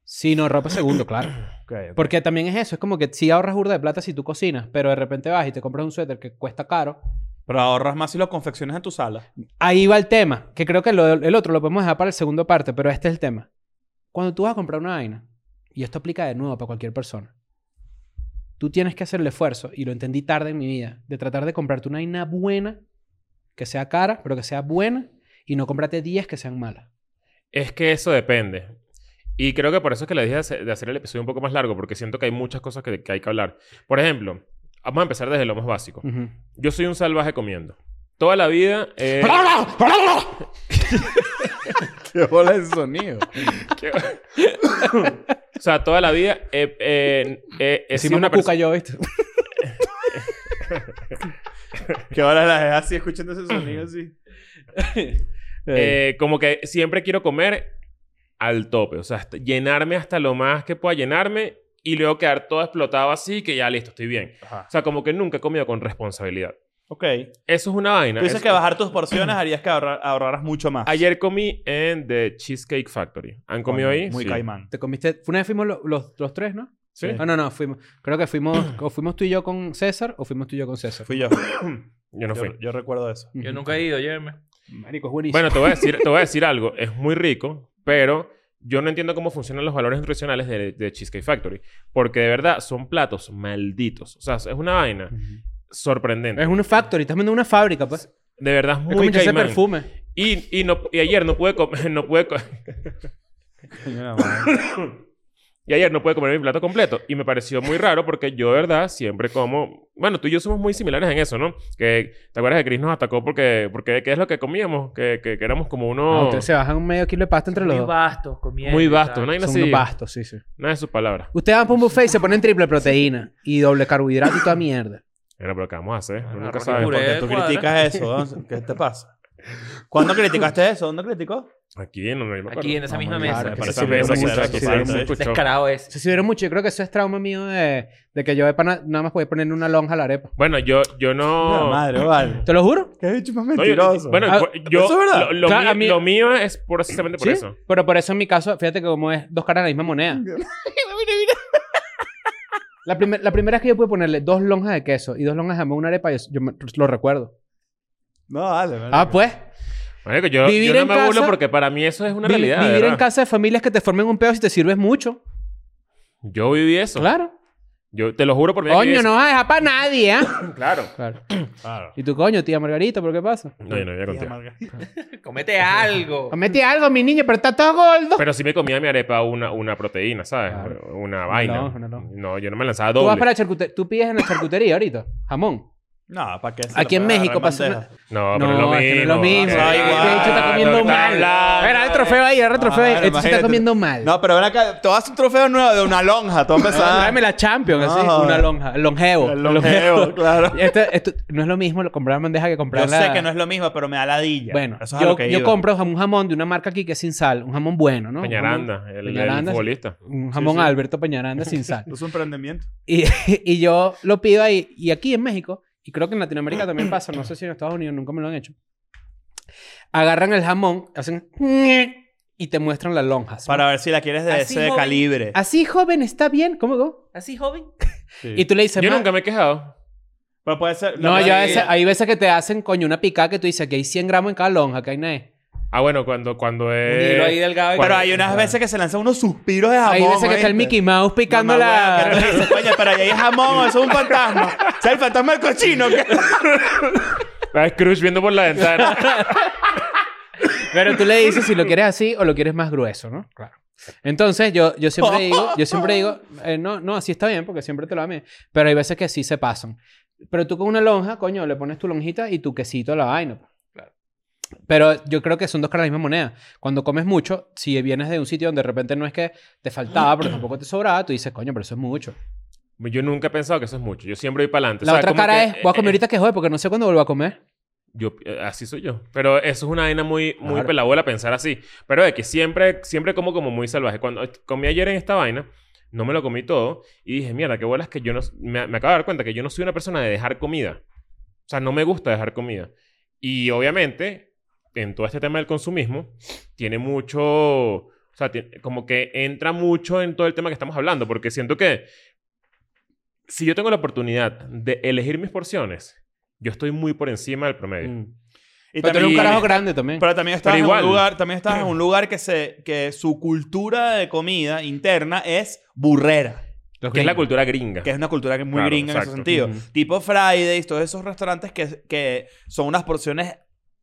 S2: Sí, no, ropa segundo, claro.
S1: Ok, ok.
S2: Porque también es eso, es como que si ahorras burda de plata si tú cocinas, pero de repente vas y te compras un suéter que cuesta caro.
S1: Pero ahorras más si lo confeccionas en tu sala.
S2: Ahí va el tema, que creo que lo- el otro lo podemos dejar para el segundo parte, pero este es el tema. Cuando tú vas a comprar una vaina, y esto aplica de nuevo para cualquier persona, tú tienes que hacer el esfuerzo, y lo entendí tarde en mi vida, de tratar de comprarte una vaina buena, que sea cara, pero que sea buena, y no comprarte 10 que sean malas.
S4: Es que eso depende. Y creo que por eso es que le dije de hacer- de hacer el episodio un poco más largo, porque siento que hay muchas cosas que, que hay que hablar. Por ejemplo, vamos a empezar desde lo más básico.
S2: Ujú.
S4: Yo soy un salvaje comiendo. Toda la vida... eh,
S5: ¡Qué bola de sonido!
S4: o sea, toda la vida eh, eh, eh, he sido
S2: Hicimos
S4: una
S2: una cuca
S4: persona...
S2: yo, ¿viste?
S1: Que ahora las es así, escuchando ese sonido así.
S4: Eh, como que siempre quiero comer al tope. O sea, hasta- llenarme hasta lo más que pueda llenarme y luego quedar todo explotado así que ya listo, estoy bien.
S1: Ajá.
S4: O sea, como que nunca he comido con responsabilidad.
S1: Ok.
S4: Eso es una vaina.
S1: Tú dices
S4: Es-
S1: que bajar tus porciones harías que ahorrar- ahorraras mucho más.
S4: Ayer comí en The Cheesecake Factory. ¿Han comido
S1: Coño,
S4: ahí?
S1: Muy
S4: Sí.
S1: caimán.
S2: Te comiste... Una vez fuimos lo- los, los tres, ¿no?
S4: Sí.
S2: Ah, no, no, fuimos... Creo que fuimos... O fuimos tú y yo con César, o fuimos tú y yo con César.
S1: Fui yo.
S4: Yo no
S1: Yo,
S4: fui.
S1: yo recuerdo eso.
S3: Yo nunca he ido, llévenme.
S2: Marico, es buenísimo.
S4: Bueno, te voy, a decir, te voy a decir algo. Es muy rico, pero yo no entiendo cómo funcionan los valores nutricionales de, de Cheesecake Factory. Porque de verdad son platos malditos. O sea, es una vaina
S2: Ujú.
S4: sorprendente.
S2: Es un factory, estás viendo una fábrica, pues.
S4: De verdad es
S2: Es como
S4: muy
S2: ese
S4: caimán.
S2: perfume.
S4: Y, y, no, y ayer no pude comer... No pude co- y ayer no pude comer mi plato completo. Y me pareció muy raro porque yo, de verdad, siempre como... Bueno, tú y yo somos muy similares en eso, ¿no? Que, ¿Te acuerdas que Chris nos atacó porque... porque ¿Qué es lo que comíamos? Que, que, que éramos como
S2: Ah,
S4: unos...
S2: ustedes se bajan un medio kilo de pasta entre los
S3: Muy
S2: dos.
S3: vastos, comiendo.
S4: muy
S3: y
S4: vastos.
S3: tal.
S4: Una vaina
S2: Son
S4: así.
S2: unos bastos, sí, sí.
S4: Nada de sus palabras.
S2: Ustedes van para un buffet y se ponen triple proteína y doble carbohidrato y toda mierda.
S4: Era pero ¿qué vamos a hacer?
S3: Ah,
S4: Uno nunca
S3: arroz y
S4: sabe.
S3: puré.
S4: Porque
S1: Tú
S3: Cuadra.
S1: criticas eso. ¿no? ¿Qué te pasa? ¿Cuándo criticaste eso? ¿Dónde criticó?
S4: Aquí no, no me acuerdo.
S3: Aquí en esa
S1: Ah,
S3: misma
S1: muy
S3: mesa.
S1: claro,
S2: que se
S4: Para esa
S2: sirve
S4: mesa,
S2: mucho,
S4: será
S2: se
S4: que
S1: sirve
S4: sí,
S1: mucho.
S4: escuchó.
S3: Descarado es.
S2: Se sirvieron mucho. Yo creo que eso es trauma mío de, de que yo de pana nada más podía ponerle una lonja a la arepa.
S4: Bueno, yo, yo
S1: La
S4: no...
S1: madre, vale.
S2: ¿Te lo juro?
S1: ¿Qué bicho más
S4: No, yo-
S1: mentiroso?
S4: bueno,
S2: Ah,
S4: yo...
S1: eso es verdad.
S4: Lo, lo
S2: Claro,
S4: mío,
S2: a mí-
S4: lo mío es precisamente por
S2: ¿Sí?
S4: eso.
S2: Pero por eso en mi caso, fíjate que como es dos caras de la misma moneda. La, primer- la primera es que yo pude ponerle dos lonjas de queso y dos lonjas de jamón a una arepa, yo, yo me- lo recuerdo.
S1: no, vale, vale.
S2: Ah, pues.
S4: Marico, yo,
S2: Vivir
S4: yo no
S2: en
S4: me burlo
S2: casa-
S4: porque para mí eso es una
S2: Vi-
S4: realidad. de
S2: vivir en
S4: verdad.
S2: casa de familias que te formen un pedo si te sirves mucho.
S4: Yo viví eso.
S2: Claro.
S4: Yo te lo juro por mi vida que
S2: Coño,
S4: viví
S2: no vas a dejar para nadie, ¿eh?
S4: eso. Claro.
S2: Claro.
S1: Claro.
S2: Y tú, coño, tía Margarita, ¿por qué pasa?
S4: No, yo no vivía
S1: Tía
S4: contigo.
S1: Margarita.
S3: Comete algo.
S2: Comete algo, mi niño, pero está todo gordo.
S4: Pero sí me comía mi arepa una, una proteína, ¿sabes?
S2: Claro.
S4: Una vaina.
S2: lonja, una lonja.
S4: No, yo no me lanzaba
S2: Tú vas
S4: doble.
S2: para la charcutería. Tú pides en la charcutería ahorita. Jamón.
S1: No, ¿para qué? Se
S2: Aquí
S1: la
S2: en
S1: puede
S2: México
S1: agarrar
S2: pasa
S1: bandeja.
S2: una-
S4: No, Ah, pero es lo
S2: es
S4: mismo.
S2: que no es lo mismo.
S1: Ah,
S2: Este
S1: igual.
S2: bicho está comiendo
S1: No,
S4: está
S2: mal.
S4: hablando.
S2: Era el trofeo ahí, era el trofeo ahí.
S1: Ah,
S2: Este sí
S1: imagínate.
S2: está comiendo mal.
S1: No, pero ven acá. Te vas a hacer un trofeo nuevo de una lonja. Tú vas a
S2: Ah,
S1: empezar.
S2: Tráeme la Champion, así.
S1: No,
S2: una
S1: joder.
S2: lonja. El longevo.
S1: El lonjeo, claro.
S2: Este- esto no es lo mismo lo- comprar bandeja que
S1: Yo
S2: comprar la...
S1: sé que no es lo mismo, pero me da ladilla.
S2: Bueno,
S1: Eso es a
S2: yo,
S1: lo que
S2: yo
S1: iba.
S2: compro un jamón de una marca aquí que es sin sal. Un jamón bueno, ¿no? Un jamón-
S4: Peñaranda, el, el
S2: Peñaranda,
S4: futbolista.
S2: Un jamón
S1: sí.
S2: Alberto Peñaranda sin sal.
S1: Es un emprendimiento.
S2: Y, y yo lo pido ahí. Y aquí en México, y creo que en Latinoamérica también pasa, no sé si en Estados Unidos nunca me lo han hecho. Agarran el jamón, hacen y te muestran las lonjas.
S1: Para ver si la quieres de
S3: Así,
S1: ese
S3: joven.
S1: calibre.
S2: Así, joven, está bien. ¿cómo? cómo?
S3: Así, joven.
S1: Sí.
S2: Y tú le dices,
S4: Yo
S2: "Ma-
S4: nunca me he quejado.
S1: Pero puede ser.
S2: No,
S1: la
S2: yo a
S1: verdad
S2: veces-
S1: que-
S2: hay veces que te hacen, coño, una picada que tú dices, que hay 100 gramos en cada lonja, que hay nada.
S4: Ah, bueno, cuando, cuando
S3: Un hilo ahí
S4: es...
S3: delgado. y-
S1: Pero hay unas veces que se lanzan unos suspiros de jamón.
S2: Hay veces que está el
S1: ¿oíste?
S2: Mickey Mouse picando
S1: Mamá,
S2: la...
S1: hueá, que tú dices, Coño, pero ahí hay jamón, eso es un fantasma. O sea, el fantasma del cochino. ¿qué?
S4: Ah, Scrooge viendo por la ventana.
S2: Pero tú le dices si lo quieres así o lo quieres más grueso, ¿no? Claro. Entonces, yo, yo siempre digo, yo siempre digo, eh, no, no, así está bien, porque siempre te lo amé. Pero hay veces que sí se pasan. Pero tú con una lonja, coño, le pones tu lonjita y tu quesito a la vaina. pues.
S3: Claro.
S2: Pero yo creo que son dos caras de la misma moneda. Cuando comes mucho, si vienes de un sitio donde de repente no es que te faltaba, pero tampoco te sobraba, tú dices, coño, pero eso es mucho.
S4: Yo nunca he pensado que eso es mucho. Yo siempre voy para adelante.
S2: La otra cara es,
S4: eh,
S2: voy a comer ahorita que jode, porque no sé cuándo vuelvo a comer.
S4: Yo, eh, así soy yo. Pero eso es una vaina muy, muy
S2: Claro.
S4: pelabola pensar así. Pero es que siempre, siempre como como muy salvaje. Cuando eh, comí ayer en esta vaina, no me lo comí todo. Y dije, mierda, qué bolas que yo no... Me, me acabo de dar cuenta que yo no soy una persona de dejar comida. O sea, no me gusta dejar comida. Y obviamente, en todo este tema del consumismo, tiene mucho... O sea, tiene- como que entra mucho en todo el tema que estamos hablando. Porque siento que... Si yo tengo la oportunidad de elegir mis porciones, yo estoy muy por encima del promedio.
S3: Mm,
S1: Y
S2: Pero tú eres un
S1: también-
S2: carajo grande también.
S1: Pero también estás
S4: Pero igual.
S1: en un lugar, también estás en un lugar que se que su cultura de comida interna es burrera,
S2: Los
S4: Que es la
S2: gringos.
S4: cultura gringa.
S1: que es una cultura que es muy
S4: Claro,
S1: gringa en ese
S4: exacto.
S1: sentido.
S2: Ujú.
S1: Tipo Fridays, todos esos restaurantes que, que son unas porciones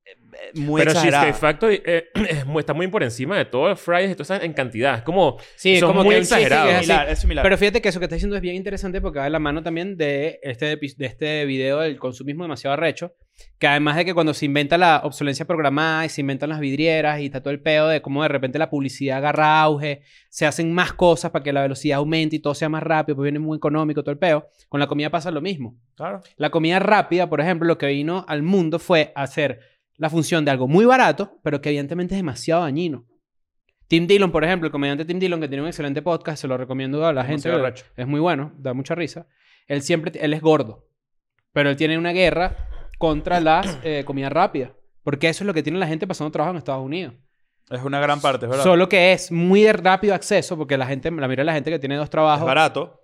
S1: eh, eh, muy
S4: Pero Cheesecake
S1: exageradas.
S4: Factory eh, es muy- está muy por encima de todos los fries y todo eso en cantidad. Es como...
S2: Sí, es
S4: son
S2: como
S4: muy
S2: que el cheesecake
S4: exagerados.
S2: es así.
S1: Similar, es similar.
S2: Pero fíjate que eso que estás diciendo es bien interesante porque va de la mano también de este, epi- de este video del consumismo demasiado arrecho. Que además de que cuando se inventa la obsolencia programada y se inventan las vidrieras y está todo el peo de cómo de repente la publicidad agarra auge, se hacen más cosas para que la velocidad aumente y todo sea más rápido, pues viene muy económico todo el peo. Con la comida pasa lo mismo.
S1: Claro.
S2: La comida rápida, por ejemplo, lo que vino al mundo fue hacer la función de algo muy barato, pero que evidentemente es demasiado dañino. Tim Dillon, por ejemplo, el comediante Tim Dillon, que tiene un excelente podcast, se lo recomiendo a la gente.
S4: Demasiado arrecho.
S2: Es muy bueno, da mucha risa. Él siempre, él es gordo, pero él tiene una guerra contra las eh, comidas rápidas. Porque eso es lo que tiene la gente pasando trabajo en Estados Unidos.
S1: Es una gran parte, es verdad.
S2: Solo que es muy de rápido acceso, porque la gente, la mira la gente que tiene dos
S1: es
S2: trabajos,
S1: barato.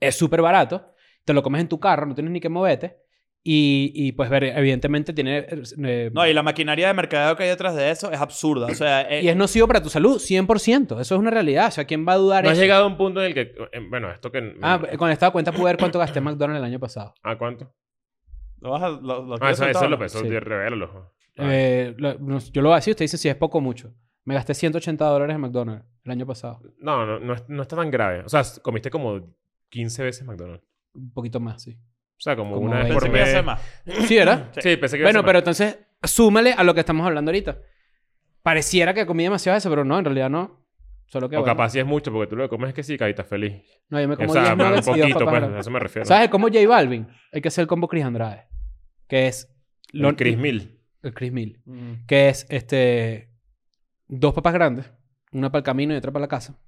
S2: es súper barato, te lo comes en tu carro, no tienes ni que moverte. Y, y, pues, ver, evidentemente tiene... eh,
S1: No, y la maquinaria de mercadeo que hay detrás de eso es absurda. O sea, eh,
S2: y es nocivo para tu salud, 100%. Eso es una realidad. O sea, ¿quién va a dudar
S4: No has
S2: eso?
S4: llegado a un punto en el que... eh, Bueno, esto que... eh,
S2: Ah, con esta cuenta pude ver cuánto gasté en McDonald's el año pasado.
S4: ¿A cuánto?
S1: lo vas a- lo- lo
S4: Ah,
S1: quieres
S4: eso, eso
S1: soltar,
S4: es lo
S1: ¿no?
S4: peso.
S2: Sí.
S4: de Revélalo. Ah.
S2: Eh, lo- no- yo lo voy a decir, usted dice si es poco o mucho. Me gasté 180 dólares en McDonald's el año pasado.
S4: No, no, no, es- no está tan grave. O sea, comiste como 15 veces McDonald's.
S2: Un poquito más, sí.
S4: O sea, como,
S2: Como
S4: una vez
S1: Pensé
S2: veinte.
S4: por
S1: que iba a
S4: mes.
S1: ser más.
S2: Sí, ¿verdad?
S4: Sí. pensé que iba a
S2: bueno,
S4: ser
S2: pero
S4: más.
S2: entonces, súmale a lo que estamos hablando ahorita. Pareciera que comí demasiado eso, pero no, en realidad no. Solo que.
S4: O
S2: bueno,
S4: capaz sí es mucho, porque tú lo que comes es que sí, carita feliz.
S2: No, yo me como
S4: o sea,
S2: 10
S4: pero un
S2: nuggets y dos
S4: poquito,
S2: papas
S4: pues,
S2: bravas.
S4: a eso me refiero.
S2: ¿Sabes cómo J Balvin? Hay que hacer el combo Chris Andrade. Que es.
S4: Lo Chris Mill.
S2: El Chris Mill.
S4: Mm.
S2: Que es este. Dos papas grandes. Una para el camino y otra para la casa.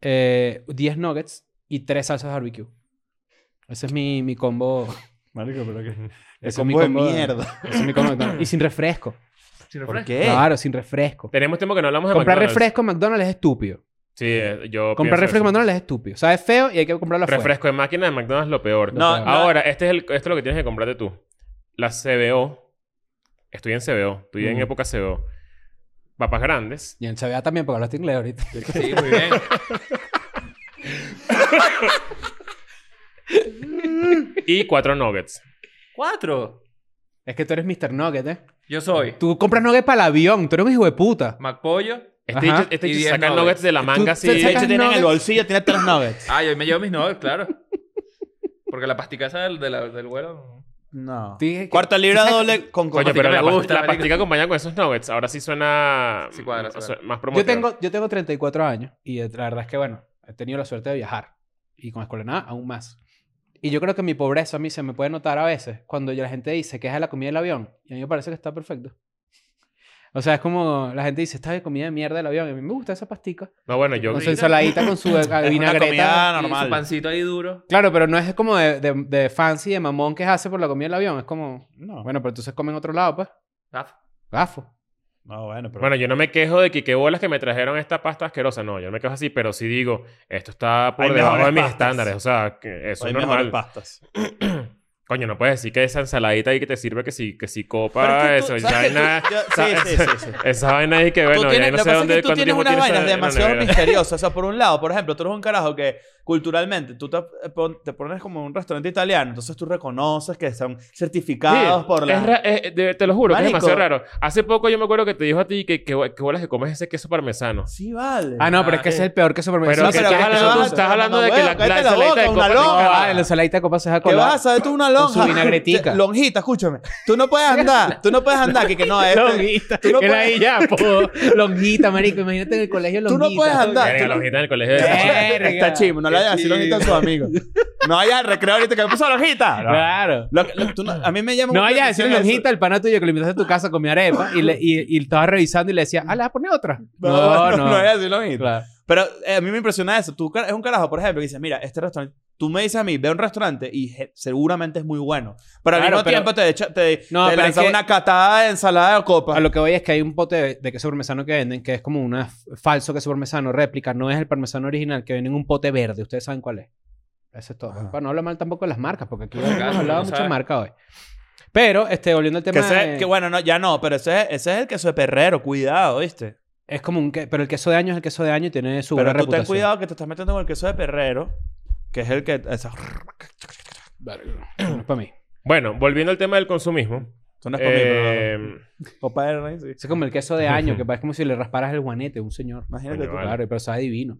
S2: eh, 10 nuggets y tres salsas barbecue. Ese es mi, mi combo.
S1: Marico, pero qué.
S2: Ese es
S1: combo
S2: mi
S1: de
S2: combo de-
S1: mierda.
S2: ese es mi combo de McDonald's. y sin refresco.
S3: Sin
S1: ¿Por
S3: refresco.
S1: qué?
S2: Claro, sin refresco.
S4: Tenemos tiempo que no hablamos de
S2: Comprar
S4: McDonald's.
S2: refresco en McDonald's es estúpido.
S4: Sí, eh, yo
S2: Comprar
S4: pienso
S2: refresco en
S4: eso.
S2: McDonald's es estúpido. Sabe feo y hay que comprarlo afuera.
S4: Refresco de máquina de McDonald's es lo peor.
S1: No,
S2: No,
S4: Ahora, este es el, esto es lo que tienes que comprarte tú. La CBO. Estoy en CBO. Estoy en
S2: Mm.
S4: época CBO. Papas grandes.
S2: Y en Chavea también, porque hablaste inglés ahorita.
S3: Sí, muy bien.
S4: Y cuatro nuggets.
S3: Cuatro.
S2: Es que tú eres Mr. Nugget, ¿eh?
S3: Yo soy
S2: Tú compras nuggets para el avión. Tú eres un hijo de puta.
S3: McPollo.
S4: Este
S2: Ajá.
S4: dicho- este
S3: Y
S4: dicho
S3: diez
S4: saca
S3: nuggets.
S4: nuggets de la manga así.
S2: te
S1: De hecho,
S2: sacas
S1: tiene en el
S2: nuggets.
S1: bolsillo, tiene tres nuggets.
S3: Ah, yo me llevo mis nuggets, claro. Porque la pastica esa del, de la- del vuelo.
S1: No.
S2: Dije que-
S1: Cuarta libra
S2: ¿Sabes?
S1: doble con
S4: Coño,
S1: con-
S4: pero
S3: me
S4: la, pas-
S3: gusta,
S4: la
S3: marico.
S4: pastica acompañada con esos nuggets. Ahora sí suena mm,
S3: Sí cuadra, sí
S4: o sea,
S3: cuadra.
S4: más
S2: Yo
S4: promotivo.
S2: tengo, yo tengo 34 años y eh, la verdad es que, bueno, he tenido la suerte de viajar y con Escuela de Nada aún más. Y yo creo que mi pobreza a mí se me puede notar a veces cuando ya la gente dice que es de la comida del avión y a mí me parece que está perfecto. O sea, es como la gente dice, esta es comida de mierda del avión y a mí me gusta esa pastica.
S4: No, bueno, yo...
S2: Con su ensaladita, con su eh,
S1: Es una
S2: vinagreta.
S1: comida
S3: Y su
S1: normal.
S3: pancito ahí duro.
S2: Claro, pero no es como de, de, de fancy, de mamón que se hace por la comida del avión. Es como,
S1: No.
S2: bueno, pero entonces comen otro lado, pues.
S3: Gaf.
S2: Gafo.
S1: No, bueno, pero.
S4: Bueno, yo no me quejo de que qué bolas que me trajeron esta pasta asquerosa. No, yo no me quejo así, pero sí digo, esto está por
S1: Hay
S4: debajo
S1: mejores
S4: de mis
S1: pastas.
S4: estándares. O sea, que eso
S1: hay
S4: es
S1: mejores
S4: normal.
S1: pastas.
S4: Coño, no puedes decir que esa ensaladita ahí que te sirve que si, que si
S1: Pero
S4: copa,
S1: es que tú-
S4: eso, esa
S1: ¿sabes que tú-
S4: vaina.
S1: yo- sí,
S4: sa-
S1: sí, sí, sí.
S4: Esa vaina ahí que
S1: Tú
S4: bueno, ya
S1: tienes- lo
S4: no sé
S1: que pasa
S4: dónde,
S1: es que tú
S4: cuánto
S1: tienes
S4: tiempo
S1: unas
S4: tienes
S1: vainas
S4: en la
S1: demasiado
S4: nevera.
S1: misteriosas. O sea, por un lado, por ejemplo, tú eres un carajo que culturalmente tú te, eh, pon- te pones como en un restaurante italiano, entonces tú reconoces que son certificados
S4: Sí,
S1: por la.
S4: es ra- es- de- te lo juro, que es
S1: Marico.
S4: demasiado raro. Hace poco yo me acuerdo que te dijo a ti que, que, que bolas que comes ese queso parmesano.
S1: Sí, vale.
S2: Ah, no, pero es que
S3: Ah,
S2: ese es el peor que supermercado.
S4: Pero
S2: No,
S4: que
S2: pero
S4: estás
S2: ¿qué-
S1: eh. que te vas
S4: hablando,
S1: a
S4: tú estás
S1: mamá,
S4: hablando de que
S1: huevo,
S4: la, la
S1: cállate la
S4: ensaladita
S1: boca,
S4: de
S1: una
S4: copa
S1: loca.
S2: no,
S4: picada.
S2: vale, Ah, la ensaladita de copa se deja
S1: ¿Qué
S2: colar.
S1: vas a saber tú una
S2: Con su
S1: lonja?
S2: vinagretica.
S1: Te- Lonjita, escúchame. Tú no puedes andar. Tú no puedes andar, que, que no es.
S2: Longuita.
S1: tú no
S2: Era
S1: puedes-
S2: ahí ya, po. Longuita, marico. Imagínate en el colegio
S1: Tú
S2: longuita.
S1: no puedes andar.
S4: Verga,
S1: tú no-
S4: los gitas en el colegio. de-
S2: Verga.
S1: Está chimo, no le vayas a decir lonjita a sus amigos. No vayas al recreo ahorita que me puso lonjita. No.
S2: Claro.
S1: Lo- lo- tú no- a mí me llama
S2: No
S1: mucho la
S2: vayas a decirle
S1: atención eso.
S2: lonjita al pana tuyo que lo invitaste a tu casa con mi arepa y, le, y, y estaba revisando y le decía, ah, le vas a poner otra.
S1: No, no, no, vayas a decir lonjita.
S2: Claro.
S1: Pero eh, a mí me impresiona eso. Tú car- es un carajo, por ejemplo, que dices, mira, este restaurante, tú me dices a mí, ve a un restaurante y je- seguramente es muy bueno. Pero al
S2: Claro,
S1: mismo
S2: pero-
S1: tiempo te, echa, te,
S2: No,
S1: te
S2: pero
S1: lanzan
S2: es que-
S1: una catada de ensalada de copa.
S2: A lo que voy es que hay un pote de, de queso parmesano que venden que es como un falso queso parmesano, réplica. No es el parmesano original que viene en un pote verde. Ustedes saben cuál es. Eso es todo.
S1: Ajá.
S2: Para no hablar mal tampoco de las marcas, porque aquí
S3: Por si
S2: hemos
S3: acaso,
S2: hablado
S3: no
S2: de muchas
S3: sabes.
S2: marcas hoy. Pero, este, volviendo al
S1: que,
S2: tema
S1: ese-
S2: de-
S1: que bueno, no, ya no, pero ese, es- ese es el queso de perrero, cuidado, ¿viste?
S2: Es como un... que- Pero el queso de año es el queso de año y tiene su
S1: Pero
S2: buena
S1: tú ten
S2: reputación.
S1: cuidado que te estás metiendo con el queso de perrero, que es el que. esa-
S2: No es para mí.
S4: Bueno, volviendo al tema del consumismo.
S1: Eso no es para mí, pero-
S4: eh,
S1: Copa de Rey, sí.
S2: Es como el queso de año, que parece como si le rasparas el guanete a un señor.
S1: Imagínate
S4: Coño,
S1: tú.
S4: vale.
S2: Claro, pero sabe divino.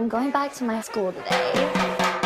S6: I'm going back to my school today.